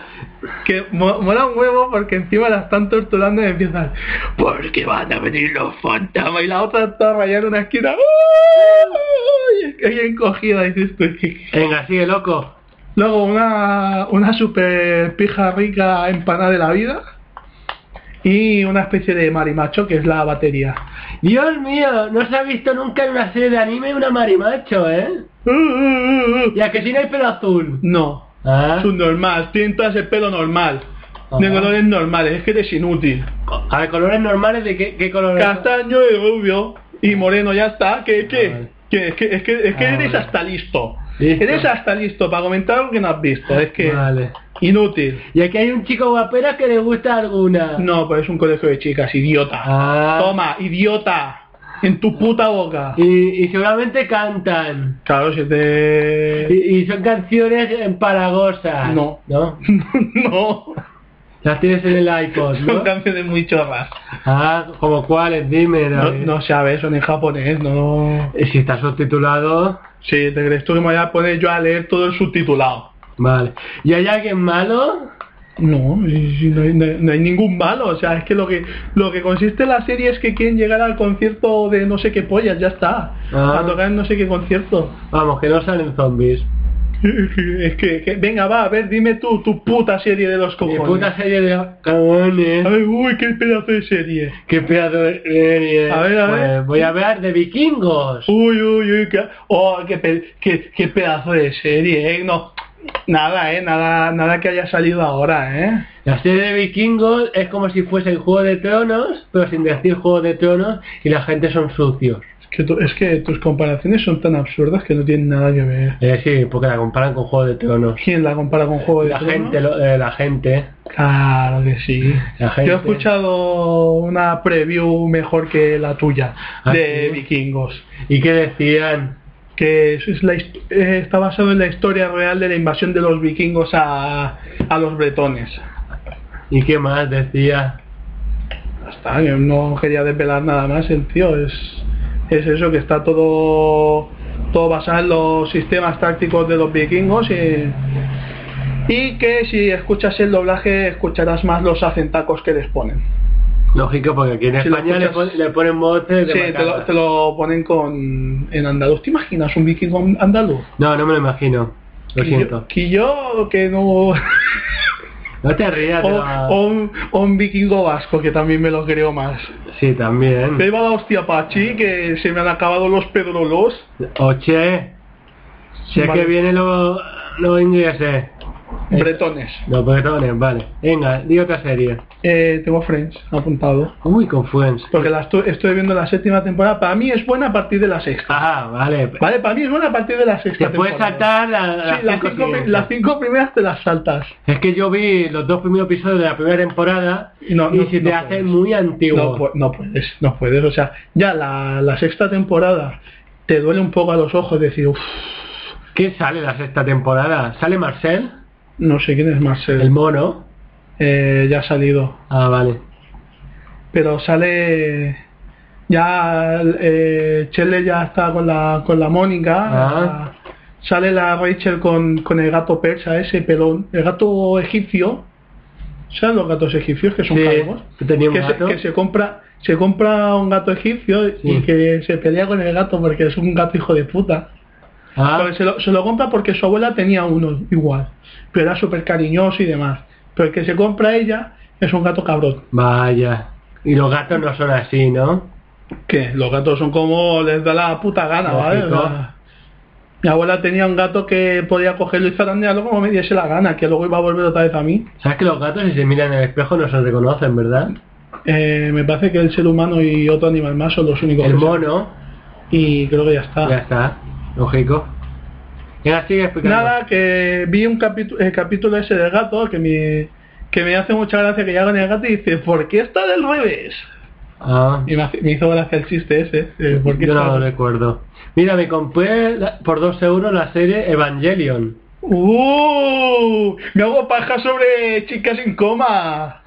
Speaker 3: que mo- mola un huevo porque encima la están torturando y empiezan, porque van a venir los fantasmas y la otra está rayada en una esquina, ¡Uy! y ahí encogida, y dices tú, "¿Qué- qué?".
Speaker 2: Venga, sigue loco.
Speaker 3: Luego una, una súper pija rica empanada de la vida y una especie de marimacho que es la batería.
Speaker 2: Dios mío, no se ha visto nunca en una serie de anime una marimacho, ¿eh?
Speaker 3: ¡Uh, uh, uh, uh!
Speaker 2: Y a que tiene el pelo azul.
Speaker 3: No,
Speaker 2: Ah,
Speaker 3: es un normal, pintas el pelo normal. De
Speaker 2: Ajá.
Speaker 3: colores normales, es que eres inútil.
Speaker 2: A ver, colores normales de qué, qué colores.
Speaker 3: Castaño y rubio y moreno, ya está. ¿Qué, qué?
Speaker 2: Vale.
Speaker 3: ¿Qué? Es que, es que, es que
Speaker 2: Ah,
Speaker 3: eres
Speaker 2: vale.
Speaker 3: hasta listo.
Speaker 2: Listo.
Speaker 3: Eres hasta listo para comentar algo que no has visto. Es que
Speaker 2: Vale.
Speaker 3: inútil.
Speaker 2: Y aquí hay un chico guapera que le gusta alguna.
Speaker 3: No, pues es un colegio de chicas, idiota.
Speaker 2: Ah.
Speaker 3: Toma, idiota. En tu puta boca.
Speaker 2: Y, y seguramente cantan.
Speaker 3: Claro, si te...
Speaker 2: Y, y son canciones empalagosas.
Speaker 3: No.
Speaker 2: ¿No?
Speaker 3: no,
Speaker 2: Las tienes en el iPod,
Speaker 3: son
Speaker 2: ¿no?
Speaker 3: canciones muy chorras.
Speaker 2: ah, como cuáles, dime.
Speaker 3: No,
Speaker 2: David.
Speaker 3: no sabes, son en japonés, no...
Speaker 2: Y Si está subtitulado,
Speaker 3: Sí, te crees tú que me voy a poner yo a leer todo el subtitulado.
Speaker 2: vale. ¿Y hay alguien malo?
Speaker 3: No, sí, sí, no, hay, no hay- no hay ningún malo, o sea, es que lo que lo que consiste la serie es que quieren llegar al concierto de no sé qué pollas, ya está,
Speaker 2: Ah.
Speaker 3: a tocar en no sé qué concierto.
Speaker 2: Vamos, que no salen zombies.
Speaker 3: Es que, que- venga, va, a ver, dime tú, tu puta serie de los
Speaker 2: Mi
Speaker 3: cojones.
Speaker 2: puta serie de cabrones.
Speaker 3: A ver, uy, qué pedazo de serie.
Speaker 2: Qué pedazo de serie.
Speaker 3: A ver, a ver.
Speaker 2: Pues voy a hablar de vikingos.
Speaker 3: Uy, uy, uy, qué, oh, qué, pe- qué- qué pedazo de serie, eh, no, nada, eh, nada, nada que haya salido ahora, eh.
Speaker 2: La serie de vikingos es como si fuese el Juego de Tronos, pero sin decir Juego de Tronos y la gente son sucios.
Speaker 3: Es que, tú- es que tus comparaciones son tan absurdas que no tienen nada que ver.
Speaker 2: Eh, sí, porque la comparan con Juego de Tronos.
Speaker 3: ¿Quién la compara con Juego de
Speaker 2: La
Speaker 3: Tronos?
Speaker 2: gente, lo- eh, la gente,
Speaker 3: Claro que sí.
Speaker 2: la gente.
Speaker 3: Yo he escuchado una preview mejor que la tuya
Speaker 2: ¿Ah,
Speaker 3: de
Speaker 2: sí?
Speaker 3: vikingos,
Speaker 2: ¿Y qué decían?
Speaker 3: que es- es la hist- eh, está basado en la historia real de la invasión de los vikingos a, a los bretones.
Speaker 2: ¿Y qué más decía?
Speaker 3: Ya está, yo no quería desvelar nada más, el tío, es, es eso que está todo, todo basado en los sistemas tácticos de los vikingos y, y que si escuchas el doblaje escucharás más los acentacos que les ponen.
Speaker 2: Lógico, porque aquí en
Speaker 3: Si lo
Speaker 2: España le,
Speaker 3: escuchas-
Speaker 2: pon- le ponen voces de
Speaker 3: Sí, te lo,
Speaker 2: macarra.
Speaker 3: te lo ponen con en andaluz. ¿Te imaginas un vikingo an- andaluz?
Speaker 2: No, no me lo imagino. Lo
Speaker 3: Que yo-
Speaker 2: siento.
Speaker 3: Que yo, que no... O,
Speaker 2: No te rías.
Speaker 3: Oh,
Speaker 2: te va-
Speaker 3: o un, o un vikingo vasco, que también me lo creo más.
Speaker 2: Sí, también.
Speaker 3: Me iba la hostia Pachi, que se me han acabado los pedrolos.
Speaker 2: Oche, sé
Speaker 3: Vale.
Speaker 2: que vienen los, los ingleses.
Speaker 3: Bretones.
Speaker 2: Los bretones, vale. Venga, di otra serie.
Speaker 3: Eh, tengo Friends apuntado.
Speaker 2: Uy, con Friends.
Speaker 3: Porque la estu- estoy viendo la séptima temporada. Para mí es buena a partir de la sexta.
Speaker 2: Ajá, vale.
Speaker 3: Vale, para mí es buena a partir de la sexta.
Speaker 2: Te puedes
Speaker 3: temporada.
Speaker 2: saltar la- las
Speaker 3: Sí,
Speaker 2: cinco
Speaker 3: las cinco, pri-
Speaker 2: siguientes.
Speaker 3: las cinco primeras te las saltas.
Speaker 2: Es que yo vi los dos primeros episodios de la primera temporada
Speaker 3: Y no-
Speaker 2: y
Speaker 3: no-
Speaker 2: se
Speaker 3: no
Speaker 2: te hacen
Speaker 3: puedes.
Speaker 2: muy antiguos.
Speaker 3: No, pu- no puedes, no puedes. O sea, ya la, la sexta temporada te duele un poco a los ojos decir, uff,
Speaker 2: ¿Qué sale la sexta temporada? ¿Sale Marcel?
Speaker 3: no sé quién es Marcel.
Speaker 2: El mono.
Speaker 3: Eh, ya ha salido.
Speaker 2: Ah, vale.
Speaker 3: Pero sale. Ya eh, Chele ya está con la, con la Mónica.
Speaker 2: Ah.
Speaker 3: Sale la Rachel con, con el gato persa, ese pelón. El gato egipcio. ¿Sabes los gatos egipcios que son
Speaker 2: Sí,
Speaker 3: calvos?
Speaker 2: que tenía un
Speaker 3: que,
Speaker 2: gato.
Speaker 3: Se, que se compra se compra un gato egipcio y
Speaker 2: Sí.
Speaker 3: que se pelea con el gato porque es un gato hijo de puta.
Speaker 2: Ah,
Speaker 3: Porque se, lo, se lo compra porque su abuela tenía uno igual, pero era súper cariñoso y demás. Pero el que se compra ella es un gato cabrón.
Speaker 2: vaya. Y los gatos no son así, ¿no?
Speaker 3: Que los gatos son como les da la puta gana, ¿vale? O
Speaker 2: Lógico.
Speaker 3: sea, mi abuela tenía un gato que podía cogerlo y zarandearlo como me diese la gana, que luego iba a volver otra vez a mí.
Speaker 2: ¿Sabes que los gatos si se miran en el espejo no se reconocen, verdad?
Speaker 3: Eh, me parece que el ser humano y otro animal más son los únicos
Speaker 2: El
Speaker 3: que se-
Speaker 2: mono,
Speaker 3: Y creo que ya está.
Speaker 2: ya está. Lógico. Y ahora sigue explicando.
Speaker 3: Nada, que vi un capítulo, el capítulo ese del gato que me, que me hace mucha gracia que ya hagan el gato y dice, ¿por qué está del revés?
Speaker 2: Ah,
Speaker 3: Y me, hace- me hizo gracia el chiste ese. eh, ¿por qué
Speaker 2: yo no
Speaker 3: está-
Speaker 2: lo recuerdo. Mira, me compré la- por 2 euros la serie Evangelion.
Speaker 3: ¡Uh! Me hago paja sobre chicas en coma.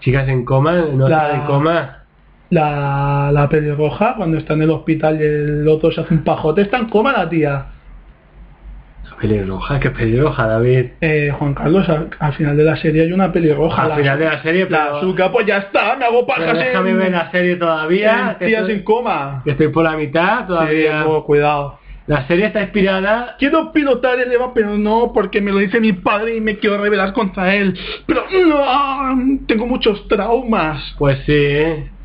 Speaker 2: Chicas en coma, no
Speaker 3: La-
Speaker 2: están en coma.
Speaker 3: La, la pelirroja, cuando está en el hospital y el otro se hace un pajote, está en coma la tía.
Speaker 2: La pelirroja, qué pelirroja, David.
Speaker 3: Eh, Juan Carlos, al, al final de la serie hay una pelirroja.
Speaker 2: Al
Speaker 3: la,
Speaker 2: final de la serie,
Speaker 3: la
Speaker 2: pero,
Speaker 3: azúcar, pues ya está, me hago paja
Speaker 2: pero déjame
Speaker 3: en-
Speaker 2: ver la serie todavía.
Speaker 3: en
Speaker 2: que
Speaker 3: tías
Speaker 2: estoy,
Speaker 3: en coma.
Speaker 2: que estoy por la mitad todavía.
Speaker 3: Sí, pues, cuidado.
Speaker 2: La serie está inspirada.
Speaker 3: Quiero pilotar el Eva, pero no, porque me lo dice mi padre y me quiero rebelar contra él. Pero no, ah, tengo muchos traumas.
Speaker 2: Pues sí,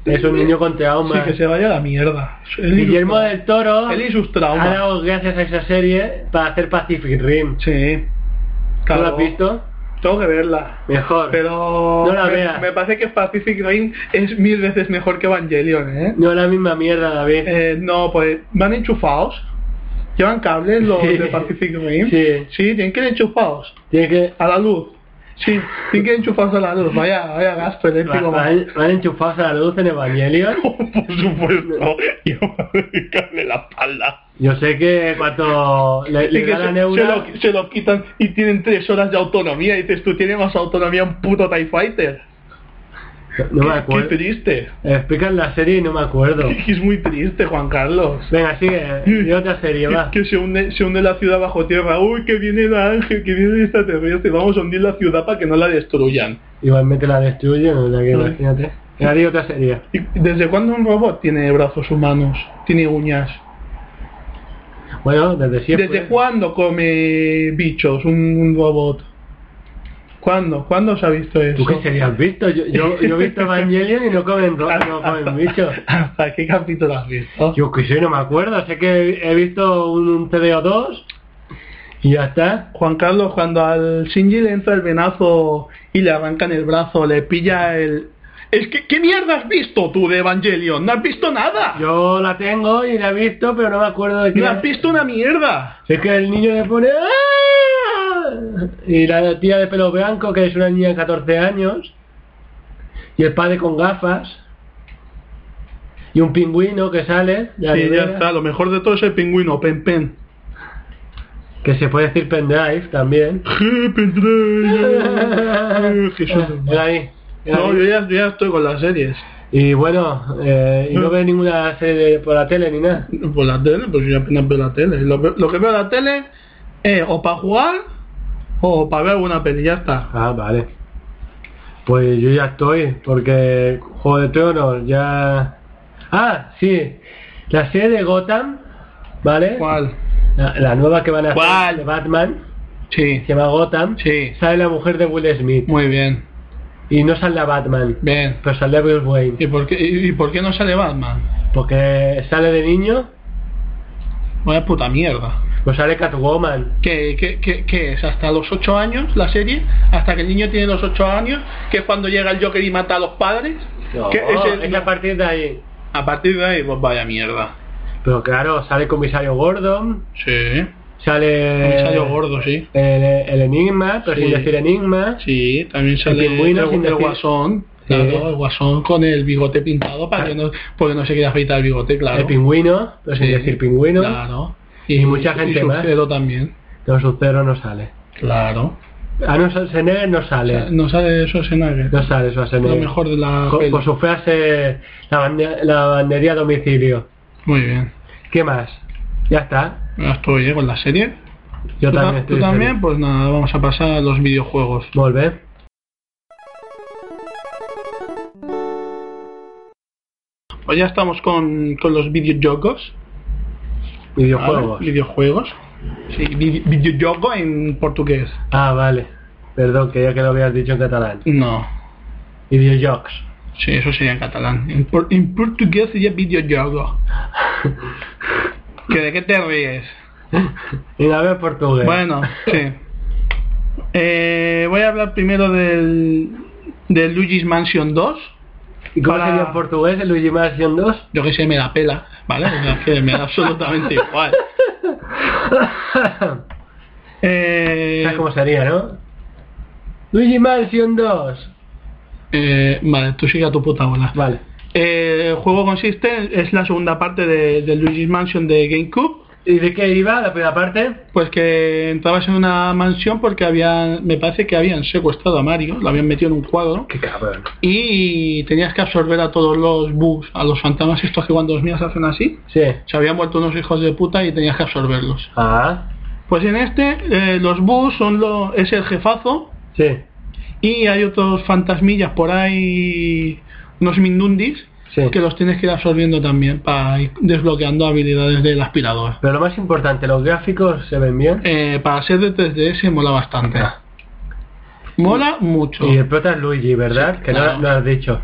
Speaker 2: es un niño con
Speaker 3: Así
Speaker 2: trauma.
Speaker 3: que se vaya a la mierda. Él y
Speaker 2: Guillermo
Speaker 3: sus-
Speaker 2: del Toro
Speaker 3: Él y sus
Speaker 2: ha
Speaker 3: traumas.
Speaker 2: dado gracias a esa serie para hacer Pacific Rim.
Speaker 3: Sí.
Speaker 2: ¿No
Speaker 3: Claro,
Speaker 2: lo has visto?
Speaker 3: Tengo que verla.
Speaker 2: Mejor.
Speaker 3: Pero
Speaker 2: No la
Speaker 3: me,
Speaker 2: veas.
Speaker 3: me parece que Pacific Rim es mil veces mejor que Evangelion, ¿eh?
Speaker 2: No es la misma mierda, David.
Speaker 3: Eh, no, pues van enchufados. Llevan cables los
Speaker 2: Sí.
Speaker 3: de Pacific Rim.
Speaker 2: Sí.
Speaker 3: Sí, tienen que ir enchufados.
Speaker 2: Tiene que.
Speaker 3: A la luz. Sí, tienen que enchufarse a la luz. Vaya, vaya gasto
Speaker 2: va-
Speaker 3: eléctrico.
Speaker 2: Van, van enchufados a la luz en Evangelion.
Speaker 3: Por supuesto. Yo me voy a dedicarle la espalda.
Speaker 2: Yo sé que cuando le, le
Speaker 3: Y que
Speaker 2: da la
Speaker 3: se,
Speaker 2: neura.
Speaker 3: se lo, se lo quitan y tienen tres horas de autonomía. Y dices, tú tienes más autonomía un puto TIE Fighter.
Speaker 2: No me
Speaker 3: Qué-
Speaker 2: acuerdo.
Speaker 3: Qué triste.
Speaker 2: Explican la serie y no me acuerdo.
Speaker 3: Es muy triste, Juan Carlos.
Speaker 2: Venga, sigue. Y otra serie,
Speaker 3: Que,
Speaker 2: va.
Speaker 3: que se, hunde, se hunde la ciudad bajo tierra. Uy, que viene el ángel, que viene el extraterrestre. Vamos a hundir la ciudad para que no la destruyan.
Speaker 2: Igualmente la destruyen, o sea que
Speaker 3: Sí.
Speaker 2: imagínate. Venga, di otra serie.
Speaker 3: ¿Y ¿Desde cuándo un robot tiene brazos humanos? Tiene uñas.
Speaker 2: Bueno, desde siempre.
Speaker 3: ¿Desde cuándo come bichos un, un robot? ¿Cuándo? ¿Cuándo se ha visto eso?
Speaker 2: ¿Tú qué serie has visto? Yo, yo, yo he visto Evangelion y no comen, ro- no comen bichos.
Speaker 3: ¿Hasta qué capítulo has visto?
Speaker 2: Yo que sé, no me acuerdo. Sé que he visto un TDO2 y ya está.
Speaker 3: Juan Carlos, cuando al Shinji le entra el venazo y le arrancan el brazo, le pilla el... Es que, ¿qué mierda has visto tú de Evangelion? No has visto nada.
Speaker 2: Yo la tengo y la he visto, pero no me acuerdo de qué.
Speaker 3: No has visto una mierda.
Speaker 2: Es que el niño le pone ¡Ah! y la tía de pelo blanco que es una niña de 14 años y el padre con gafas y un pingüino que sale de la
Speaker 3: Sí, ya
Speaker 2: nevera,
Speaker 3: está. Lo mejor de todo es el pingüino, Pen Pen.
Speaker 2: que se puede decir pendrive también.
Speaker 3: Jesús.
Speaker 2: Era ahí, era
Speaker 3: No,
Speaker 2: ahí.
Speaker 3: yo ya, yo ya estoy con las series.
Speaker 2: Y bueno, eh, y no ve ninguna serie por la tele ni nada.
Speaker 3: Por la tele, pues yo apenas veo la tele. Lo, ve- lo que veo en la tele es o para jugar o para ver alguna peli, ya está.
Speaker 2: Ah, vale. Pues yo ya estoy, porque Juego de Tronos ya... Ah, sí. La serie de Gotham, ¿vale?
Speaker 3: ¿Cuál?
Speaker 2: La, la nueva que van a hacer
Speaker 3: ¿Cuál?
Speaker 2: de Batman,
Speaker 3: Sí,
Speaker 2: se llama Gotham.
Speaker 3: sí.
Speaker 2: Sale la mujer de Will Smith.
Speaker 3: Muy bien,
Speaker 2: Y no sale la Batman,
Speaker 3: bien.
Speaker 2: pero sale Bruce Wayne.
Speaker 3: ¿Y por qué, y, y por qué no sale Batman?
Speaker 2: Porque sale de niño.
Speaker 3: Vaya puta mierda.
Speaker 2: Pues sale Catwoman.
Speaker 3: ¿Qué, qué, qué- qué es? ¿Hasta los 8 años la serie? ¿Hasta que el niño tiene los 8 años? ¿Que es cuando llega el Joker y mata a los padres?
Speaker 2: No,
Speaker 3: ¿Qué es el-
Speaker 2: es a partir de ahí.
Speaker 3: A partir de ahí, pues vaya mierda.
Speaker 2: Pero claro, sale Comisario Gordon, Eh,
Speaker 3: Sí.
Speaker 2: sale...
Speaker 3: Comisario gordo, sí.
Speaker 2: El, el Enigma, pero
Speaker 3: Sí.
Speaker 2: sin decir Enigma.
Speaker 3: Sí, también sale el,
Speaker 2: pingüino, sin
Speaker 3: el
Speaker 2: decir-
Speaker 3: guasón.
Speaker 2: Sí. Ah.
Speaker 3: Claro, el guasón con el bigote pintado para que no, porque no se quiera afeitar el bigote, claro.
Speaker 2: El Pingüino, pero sin
Speaker 3: Sí.
Speaker 2: decir Pingüino.
Speaker 3: Claro.
Speaker 2: Y mucha gente
Speaker 3: y
Speaker 2: más.
Speaker 3: Sub-Zero también.
Speaker 2: No, su cero no sale.
Speaker 3: Claro.
Speaker 2: Arnold Schwarzenegger no
Speaker 3: O sea,
Speaker 2: sale.
Speaker 3: No sale eso Schwarzenegger.
Speaker 2: No sale Schwarzenegger.
Speaker 3: Lo mejor de la
Speaker 2: Con,
Speaker 3: peli.
Speaker 2: con pues su frase, la, bande- la bandería a domicilio.
Speaker 3: Muy bien.
Speaker 2: ¿Qué más? Ya está.
Speaker 3: Ya estoy ¿eh? con la serie.
Speaker 2: Yo
Speaker 3: ¿Tú, ta-
Speaker 2: también
Speaker 3: tú
Speaker 2: estoy.
Speaker 3: también? Pues nada, vamos a pasar a los videojuegos.
Speaker 2: Volver.
Speaker 3: Pues ya estamos con, con los videojuegos. ¿vale?
Speaker 2: Videojuegos.
Speaker 3: Videojuegos. Sí, vide- videojuego en portugués.
Speaker 2: Ah, vale. Perdón, que ya que lo habías dicho en catalán.
Speaker 3: No.
Speaker 2: Videojuegos.
Speaker 3: Sí, eso sería en catalán. En, por- en portugués sería videojuego. ¿Que ¿De qué te ríes?
Speaker 2: Y la vez portugués.
Speaker 3: Bueno, sí. Eh, voy a hablar primero del, del Luigi's Mansion 2.
Speaker 2: ¿Y cómo
Speaker 3: para-
Speaker 2: sería en portugués el Luigi Mansion 2?
Speaker 3: Yo que sé, me la pela, ¿vale? O sea, que me da absolutamente igual. Eh,
Speaker 2: ¿Sabes cómo sería, no? Luigi Mansion 2.
Speaker 3: eh, vale, tú sigue a tu puta bola.
Speaker 2: Vale.
Speaker 3: Eh, el juego consiste, es la segunda parte de, de Luigi's Mansion de GameCube.
Speaker 2: ¿Y de qué iba la primera parte?
Speaker 3: Pues que entrabas en una mansión porque habían, me parece que habían secuestrado a Mario, lo habían metido en un cuadro
Speaker 2: Qué cabrón.
Speaker 3: y tenías que absorber a todos los bugs, a los fantasmas estos que cuando los miras hacen así.
Speaker 2: Sí.
Speaker 3: Se habían vuelto unos hijos de puta y tenías que absorberlos.
Speaker 2: Ah.
Speaker 3: Pues en este, eh, los bugs son lo, es el jefazo
Speaker 2: Sí.
Speaker 3: y hay otros fantasmillas por ahí, unos mindundis,
Speaker 2: Sí.
Speaker 3: que los tienes que ir absorbiendo también para ir desbloqueando habilidades del aspirador.
Speaker 2: Pero lo más importante, los gráficos se ven bien.
Speaker 3: Eh, para ser de 3DS mola bastante. Mola mucho.
Speaker 2: Ah. Y el prota es Luigi, ¿verdad?
Speaker 3: Sí,
Speaker 2: que
Speaker 3: claro.
Speaker 2: no, no lo has dicho.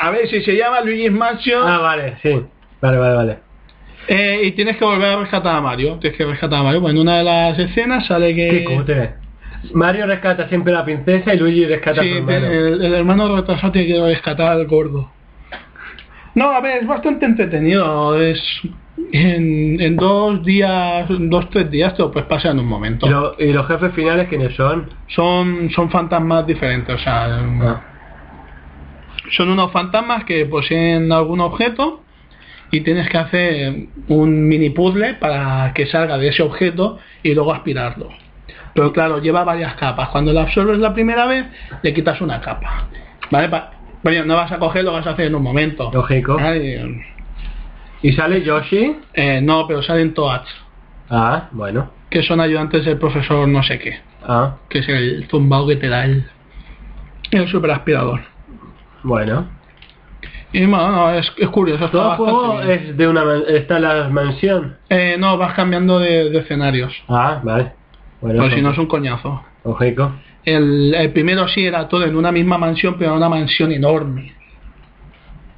Speaker 3: A ver, si se llama Luigi's Mansion
Speaker 2: Ah, vale, sí. Vale, vale, vale.
Speaker 3: eh, y tienes que volver a rescatar a Mario. Tienes que rescatar a Mario. Bueno, en una de las escenas sale
Speaker 2: Qué
Speaker 3: que...
Speaker 2: cutre. Mario rescata siempre a la princesa y Luigi rescata
Speaker 3: Sí, eh,
Speaker 2: a su
Speaker 3: te-
Speaker 2: hermano.
Speaker 3: el, el hermano retrasado tiene que rescatar al gordo. No, a ver, es bastante entretenido. Es en, en dos días, en dos, tres días te lo puedes pasar en un momento.
Speaker 2: Y, lo- y los jefes finales quiénes son?
Speaker 3: Son, son fantasmas diferentes, o sea,
Speaker 2: Ah.
Speaker 3: Ah. son unos fantasmas que poseen algún objeto y tienes que hacer un mini puzzle para que salga de ese objeto y luego aspirarlo. Pero claro, lleva varias capas. Cuando lo absorbes la primera vez, le quitas una capa. ¿Vale? Pa- bueno, no vas a coger, lo vas a hacer en un momento.
Speaker 2: Lógico.
Speaker 3: Ah. Ay,
Speaker 2: ¿Y sale Yoshi?
Speaker 3: eh, no, pero salen Toads,
Speaker 2: Ah, bueno.
Speaker 3: que son ayudantes del profesor no sé qué,
Speaker 2: Ah,
Speaker 3: que es el zumbao que te da el, el super aspirador.
Speaker 2: bueno.
Speaker 3: Y bueno, es, es curioso. está
Speaker 2: Todo el
Speaker 3: bastante
Speaker 2: juego
Speaker 3: bien.
Speaker 2: es de una... man- Está en la mansión.
Speaker 3: Eh, no, vas cambiando de, de escenarios.
Speaker 2: Ah, vale. Bueno,
Speaker 3: Pero si no es un coñazo.
Speaker 2: lógico.
Speaker 3: El, el primero sí era todo en una misma mansión, pero era una mansión enorme.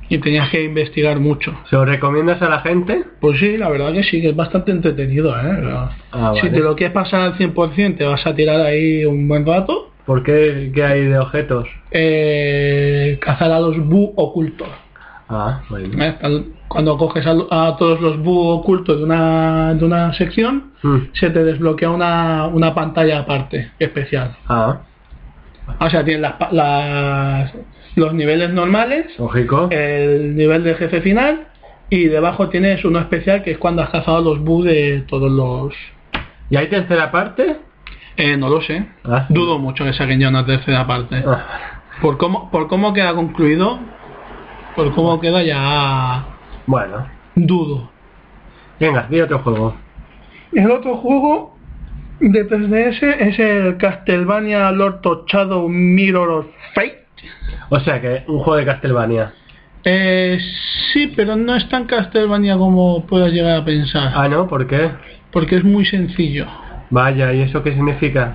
Speaker 3: Y tenías que investigar mucho.
Speaker 2: ¿Se lo recomiendas a la gente?
Speaker 3: Pues sí, la verdad que sí, que es bastante entretenido, ¿eh? Pero
Speaker 2: Ah,
Speaker 3: Si
Speaker 2: vale.
Speaker 3: te lo quieres pasar al 100%, te vas a tirar ahí un buen rato.
Speaker 2: ¿Por qué, qué hay de objetos?
Speaker 3: Eh, cazar a los bu ocultos.
Speaker 2: Ah, bueno.
Speaker 3: ¿eh? Al- Cuando coges a, a todos los bu ocultos de una, de una sección,
Speaker 2: Hmm.
Speaker 3: se te desbloquea una, una pantalla aparte, especial.
Speaker 2: Ah,
Speaker 3: O sea, tienes las, pa- las- los niveles normales,
Speaker 2: lógico.
Speaker 3: Eh. el nivel de jefe final y debajo tienes uno especial que es cuando has cazado los bu de todos los...
Speaker 2: ¿Y hay tercera parte?
Speaker 3: Eh, no lo sé.
Speaker 2: Ah.
Speaker 3: Dudo mucho que saquen ya una tercera parte.
Speaker 2: Ah,
Speaker 3: Por cómo, por cómo queda concluido, por cómo queda ya
Speaker 2: Bueno.
Speaker 3: dudo.
Speaker 2: Venga, di otro juego.
Speaker 3: El otro juego de 3DS es el Castlevania Lord of Shadow Mirror of Fate.
Speaker 2: O sea que un juego de Castlevania.
Speaker 3: Eh, sí, pero no es tan Castlevania como puedas llegar a pensar.
Speaker 2: Ah, ¿no? ¿Por qué?
Speaker 3: Porque es muy sencillo.
Speaker 2: Vaya, ¿y eso qué significa?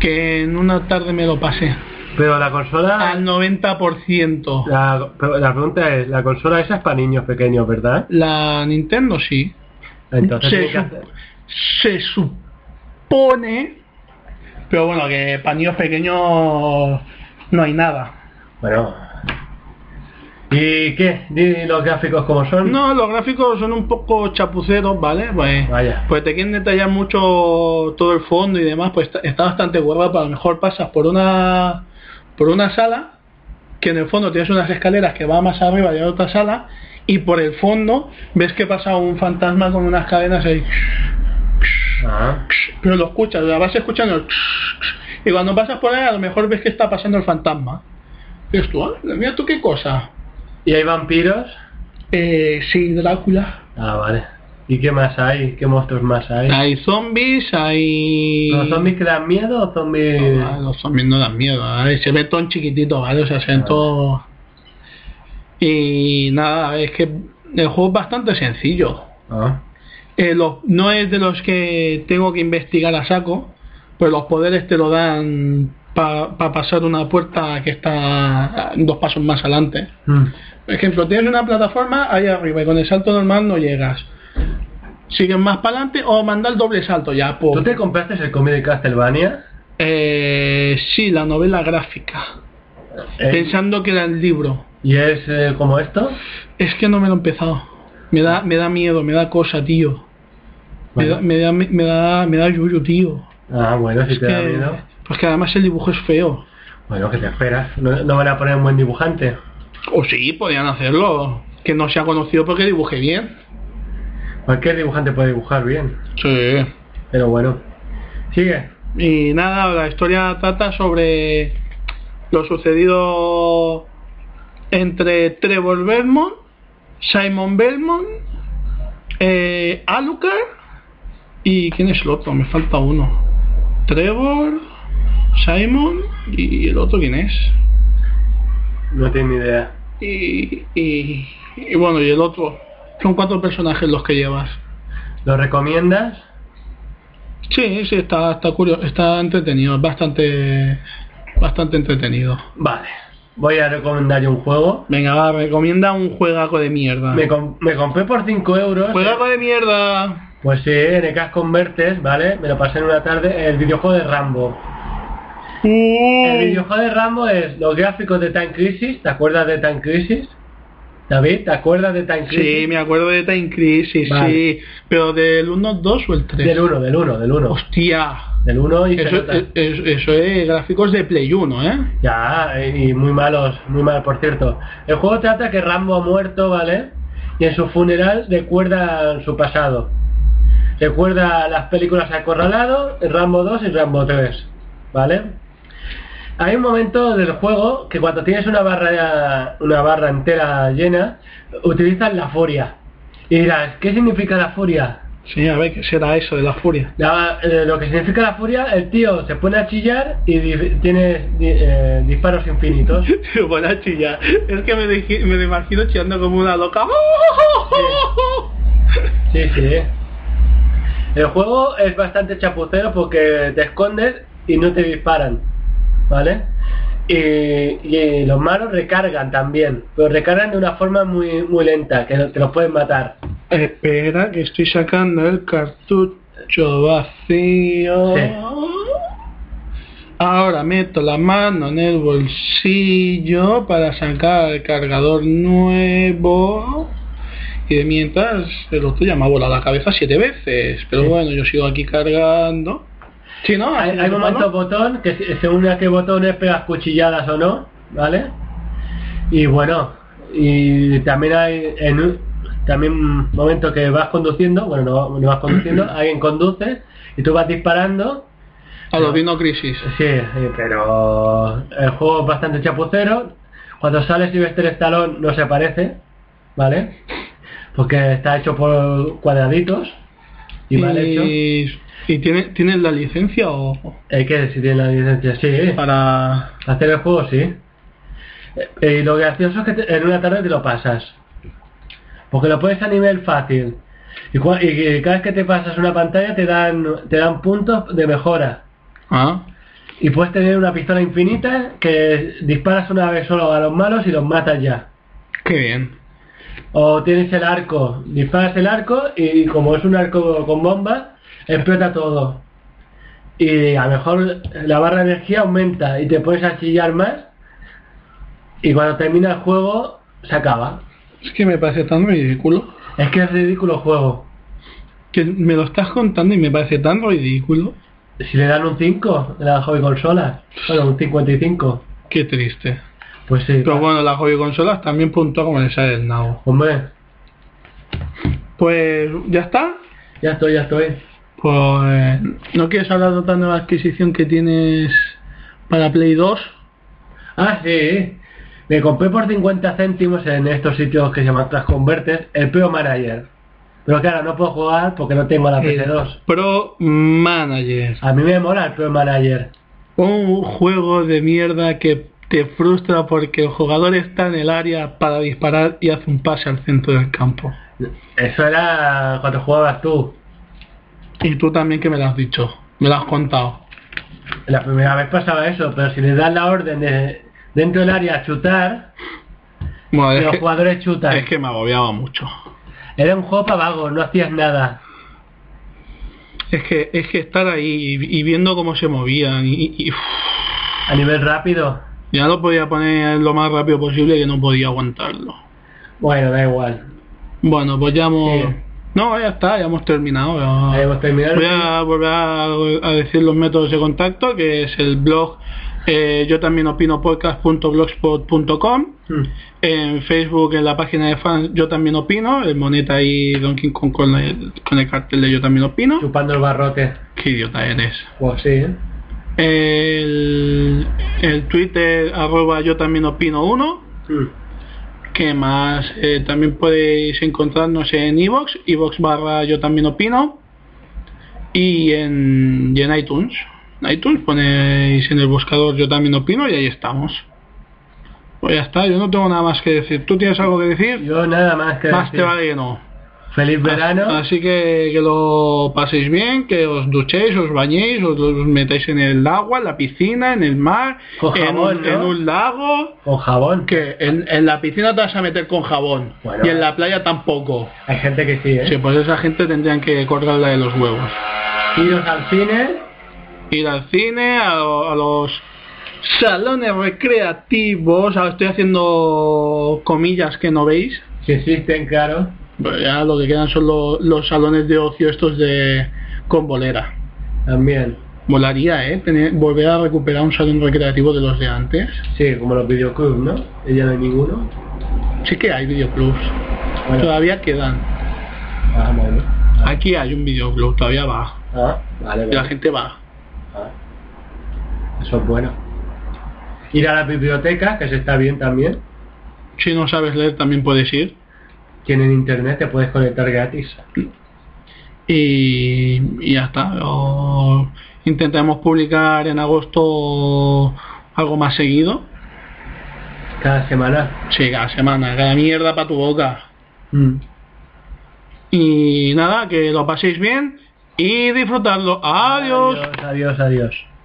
Speaker 3: Que en una tarde me lo pasé.
Speaker 2: Pero la consola...
Speaker 3: Al 90%.
Speaker 2: La, pero la pregunta es, la consola esa es para niños pequeños, ¿verdad?
Speaker 3: La Nintendo sí.
Speaker 2: Entonces
Speaker 3: Sí,
Speaker 2: tiene que
Speaker 3: sí.
Speaker 2: hacer-
Speaker 3: Se supone, pero bueno, que para niños pequeños no hay nada.
Speaker 2: Bueno. ¿Y qué? Di los gráficos como son.
Speaker 3: No, los gráficos son un poco chapuceros, ¿vale? Pues,
Speaker 2: Vaya.
Speaker 3: pues te quieren detallar mucho todo el fondo y demás, pues está, está bastante guardado, para lo mejor pasas por una por una sala, que en el fondo tienes unas escaleras que va más arriba de otra sala, y por el fondo ves que pasa un fantasma con unas cadenas ahí,
Speaker 2: Ah,
Speaker 3: pero lo escuchas, la vas escuchando el y cuando pasas por ahí a lo mejor ves que está pasando el fantasma. Y dices tú, "Ah, mira tú qué cosa.
Speaker 2: ¿Y hay vampiros?
Speaker 3: Eh, sí, Drácula.
Speaker 2: Ah, vale. ¿Y qué más hay? ¿Qué monstruos más hay?
Speaker 3: Hay zombies, hay...
Speaker 2: ¿Los zombies que dan miedo o zombies...?
Speaker 3: Ah, los zombies no dan miedo, ¿vale? se ve todo en chiquitito, ¿vale? O sea, se ven todo... Y nada, es que el juego es bastante sencillo.
Speaker 2: Ah.
Speaker 3: Eh, los- no es de los que tengo que investigar a saco, pero los poderes te lo dan para pasar una puerta que está dos pasos más adelante.
Speaker 2: Mm.
Speaker 3: Por ejemplo, tienes una plataforma ahí arriba y con el salto normal no llegas. Sigues más para adelante o mandar el doble salto ya. Por...
Speaker 2: ¿Tú te compraste el cómic de Castlevania?
Speaker 3: Eh, sí, la novela gráfica.
Speaker 2: Eh,
Speaker 3: Pensando que era el libro.
Speaker 2: ¿Y es eh, como esto?
Speaker 3: Es que no me lo he empezado. Me da, me da miedo, me da cosa, tío. Me
Speaker 2: Bueno.
Speaker 3: da, me da, me da, me da yuyu, tío.
Speaker 2: Ah, bueno, si te da
Speaker 3: Que-
Speaker 2: miedo.
Speaker 3: pues que además el dibujo es feo.
Speaker 2: Bueno, ¿qué te esperas? ¿No, no van a poner un buen dibujante?
Speaker 3: O sí, podían hacerlo. Que no sea conocido porque dibuje bien.
Speaker 2: Cualquier dibujante puede dibujar bien.
Speaker 3: Sí.
Speaker 2: Pero bueno. Sigue.
Speaker 3: Y nada, la historia trata sobre lo sucedido entre Trevor Belmont, Simon Belmont, eh, Alucard y ¿quién es el otro? Me falta uno. Trevor, Simon y el otro quién es.
Speaker 2: No tengo ni idea.
Speaker 3: Y, y, y bueno, y el otro. Son cuatro personajes los que llevas.
Speaker 2: ¿Lo recomiendas?
Speaker 3: Sí, sí, está, está curioso, está entretenido, es bastante, bastante entretenido.
Speaker 2: Vale. Voy a recomendar yo un juego.
Speaker 3: Venga, va, recomienda un juegaco de mierda.
Speaker 2: Me, com- me compré por 5 euros.
Speaker 3: Juegaco de mierda.
Speaker 2: Pues sí, en el Cash Converters, ¿vale? Me lo pasé en una tarde. El videojuego de Rambo. El videojuego de Rambo es los gráficos de Time Crisis. ¿Te acuerdas de Time Crisis? David, ¿te acuerdas de Time
Speaker 3: Sí,
Speaker 2: Crisis?
Speaker 3: me acuerdo de Time Crisis,
Speaker 2: Vale.
Speaker 3: sí. Pero del 1, 2 o el 3.
Speaker 2: del 1, del 1, del 1.
Speaker 3: Hostia.
Speaker 2: Del 1 y se
Speaker 3: Eso,
Speaker 2: nota.
Speaker 3: es- es- eso es gráficos de Play 1, ¿eh?
Speaker 2: Ya, eh, y muy malos, muy mal, por cierto. El juego trata que Rambo ha muerto, ¿vale? Y en su funeral recuerda su pasado. Recuerda las películas Acorralado, Rambo 2 y Rambo 3, ¿vale? Hay un momento del juego que cuando tienes una barra, una barra entera llena, utilizas la furia. Y dirás, ¿qué significa la furia?
Speaker 3: Sí, a ver, ¿qué será eso de la furia?
Speaker 2: La- eh, lo que significa la furia, el tío se pone a chillar y di- tienes di- eh, disparos infinitos.
Speaker 3: Bueno, a chillar. Es que me, deji- me lo imagino chillando como una loca.
Speaker 2: Sí, sí. El juego es bastante chapucero porque te escondes y no te disparan, ¿vale? Y, y los malos recargan también, pero recargan de una forma muy muy lenta, que no- te los pueden matar.
Speaker 3: Espera, que estoy sacando el cartucho vacío.
Speaker 2: Sí.
Speaker 3: Ahora meto la mano en el bolsillo para sacar el cargador nuevo. Y de mientras el otro ya me ha volado la cabeza siete veces. Pero
Speaker 2: Sí.
Speaker 3: bueno, yo sigo aquí cargando. Ah, Sí, ¿no?
Speaker 2: Hay,
Speaker 3: Así
Speaker 2: hay
Speaker 3: no se
Speaker 2: momentos
Speaker 3: para, ¿no?
Speaker 2: botón que se- según a qué botones pegas cuchilladas o no, ¿vale? Y bueno, y también hay en un- también un momento que vas conduciendo, bueno, no, no vas conduciendo, alguien conduce y tú vas disparando
Speaker 3: A los Dino Crisis.
Speaker 2: Sí, sí, pero el juego es bastante chapucero. Cuando sale Sylvester Stallone no se parece, ¿vale? Porque está hecho por cuadraditos y mal hecho.
Speaker 3: ¿y tiene, tienen la licencia o
Speaker 2: Hay que decir tiene la licencia, sí.
Speaker 3: para
Speaker 2: Hacer el juego, sí. Eh, Y lo gracioso es que te- en una tarde te lo pasas. Porque lo pones a nivel fácil. Y, cua- y cada vez que te pasas una pantalla te dan, te dan puntos de mejora.
Speaker 3: ah
Speaker 2: Y puedes tener una pistola infinita que disparas una vez solo a los malos y los matas ya.
Speaker 3: qué bien
Speaker 2: O tienes el arco, disparas el arco y como es un arco con bomba, explota todo. Y a lo mejor la barra de energía aumenta y te pones a chillar más. Y cuando termina el juego, se acaba.
Speaker 3: Es que me parece tan ridículo.
Speaker 2: Es que es ridículo el juego.
Speaker 3: Que me lo estás contando y me parece tan ridículo.
Speaker 2: Si le dan un 5 en la hobby consola, bueno, un 55.
Speaker 3: Qué triste.
Speaker 2: Pues sí.
Speaker 3: Pero bueno, las hobby consolas también puntúa como el Shadow Now.
Speaker 2: Hombre,
Speaker 3: Pues ya está.
Speaker 2: ya estoy, ya estoy.
Speaker 3: Pues no quieres hablar de otra nueva adquisición que tienes para Play 2.
Speaker 2: Ah, sí. Me compré por 50 céntimos en estos sitios que se llaman Crash Converters el Pro Manager. Pero claro, no puedo jugar porque no tengo la
Speaker 3: El
Speaker 2: PS2.
Speaker 3: Pro Manager.
Speaker 2: A mí me mola el Pro Manager.
Speaker 3: Un juego de mierda que te frustra porque el jugador está en el área para disparar y hace un pase al centro del campo.
Speaker 2: Eso era cuando jugabas tú.
Speaker 3: Y tú también que me lo has dicho, me lo has contado.
Speaker 2: La primera vez pasaba eso, pero si le das la orden de dentro del área chutar,
Speaker 3: Bueno,
Speaker 2: los
Speaker 3: es que,
Speaker 2: jugadores chutan.
Speaker 3: es que me agobiaba mucho.
Speaker 2: Era un juego para vagos, no hacías nada.
Speaker 3: Es que, es que estar ahí y, y viendo cómo se movían y, y- y, uff,
Speaker 2: A nivel rápido.
Speaker 3: ya lo podía poner lo más rápido posible que no podía aguantarlo.
Speaker 2: Bueno, da igual.
Speaker 3: Bueno, pues ya hemos...
Speaker 2: Sí.
Speaker 3: No, ya está, ya hemos terminado. ya-
Speaker 2: Ahí hemos terminado.
Speaker 3: Voy a volver a, a decir los métodos de contacto, que es el blog eh, yo también opino podcast.blogspot.com,
Speaker 2: Hmm.
Speaker 3: en Facebook en la página de fans yo también opino, el moneta y Don King Kong con, la- con el cartel de yo también opino.
Speaker 2: Chupando el barrote.
Speaker 3: Qué idiota eres.
Speaker 2: Pues sí. ¿eh?
Speaker 3: El, el Twitter arroba yo también opino 1.
Speaker 2: Hmm.
Speaker 3: ¿Qué más? Eh, también podéis encontrarnos en iVox, iVox barra yo también opino. Y en, y en iTunes. En iTunes ponéis en el buscador yo también opino y ahí estamos. Pues ya está, yo no tengo nada más que decir. ¿Tú tienes algo que decir?
Speaker 2: Yo nada más que
Speaker 3: Más te
Speaker 2: decir.
Speaker 3: vale que no. Ah,
Speaker 2: Feliz verano.
Speaker 3: Así que que lo paséis bien, que os duchéis, os bañéis, os, os metáis en el agua, en la piscina, en el mar,
Speaker 2: Con
Speaker 3: en,
Speaker 2: jabón,
Speaker 3: un,
Speaker 2: ¿no?
Speaker 3: en un lago.
Speaker 2: Con jabón.
Speaker 3: Que en, en la piscina te vas a meter con jabón
Speaker 2: Bueno.
Speaker 3: y en la playa tampoco.
Speaker 2: Hay gente que sí, ¿eh?
Speaker 3: Sí, pues esa gente tendrían que cortarla de los huevos.
Speaker 2: Iros al cine.
Speaker 3: Ir al cine, a, lo- a los salones recreativos, ahora estoy haciendo comillas que no veis.
Speaker 2: Si existen, claro.
Speaker 3: Pero ya lo que quedan son lo- los salones de ocio estos de con bolera.
Speaker 2: También.
Speaker 3: Molaría, ¿eh? Tener- volver a recuperar un salón recreativo de los de antes.
Speaker 2: Sí, como los videoclubs, ¿no? Y ya no hay ninguno.
Speaker 3: Sí que hay videoclubs.
Speaker 2: Bueno.
Speaker 3: Todavía quedan.
Speaker 2: Ah, bueno.
Speaker 3: Aquí hay un videoclub, todavía va.
Speaker 2: Ah, vale,
Speaker 3: Y la
Speaker 2: vale.
Speaker 3: gente va.
Speaker 2: Ah. Eso es bueno. Ir a la biblioteca, que se está bien también.
Speaker 3: Si no sabes leer también puedes ir.
Speaker 2: Tienen internet, te puedes conectar gratis.
Speaker 3: Y, y ya está. O intentaremos publicar en agosto algo más seguido.
Speaker 2: Cada semana.
Speaker 3: Sí, cada semana, cada mierda para tu boca.
Speaker 2: Mm.
Speaker 3: Y nada, que lo paséis bien y disfrutadlo. Adiós.
Speaker 2: Adiós, adiós, adiós.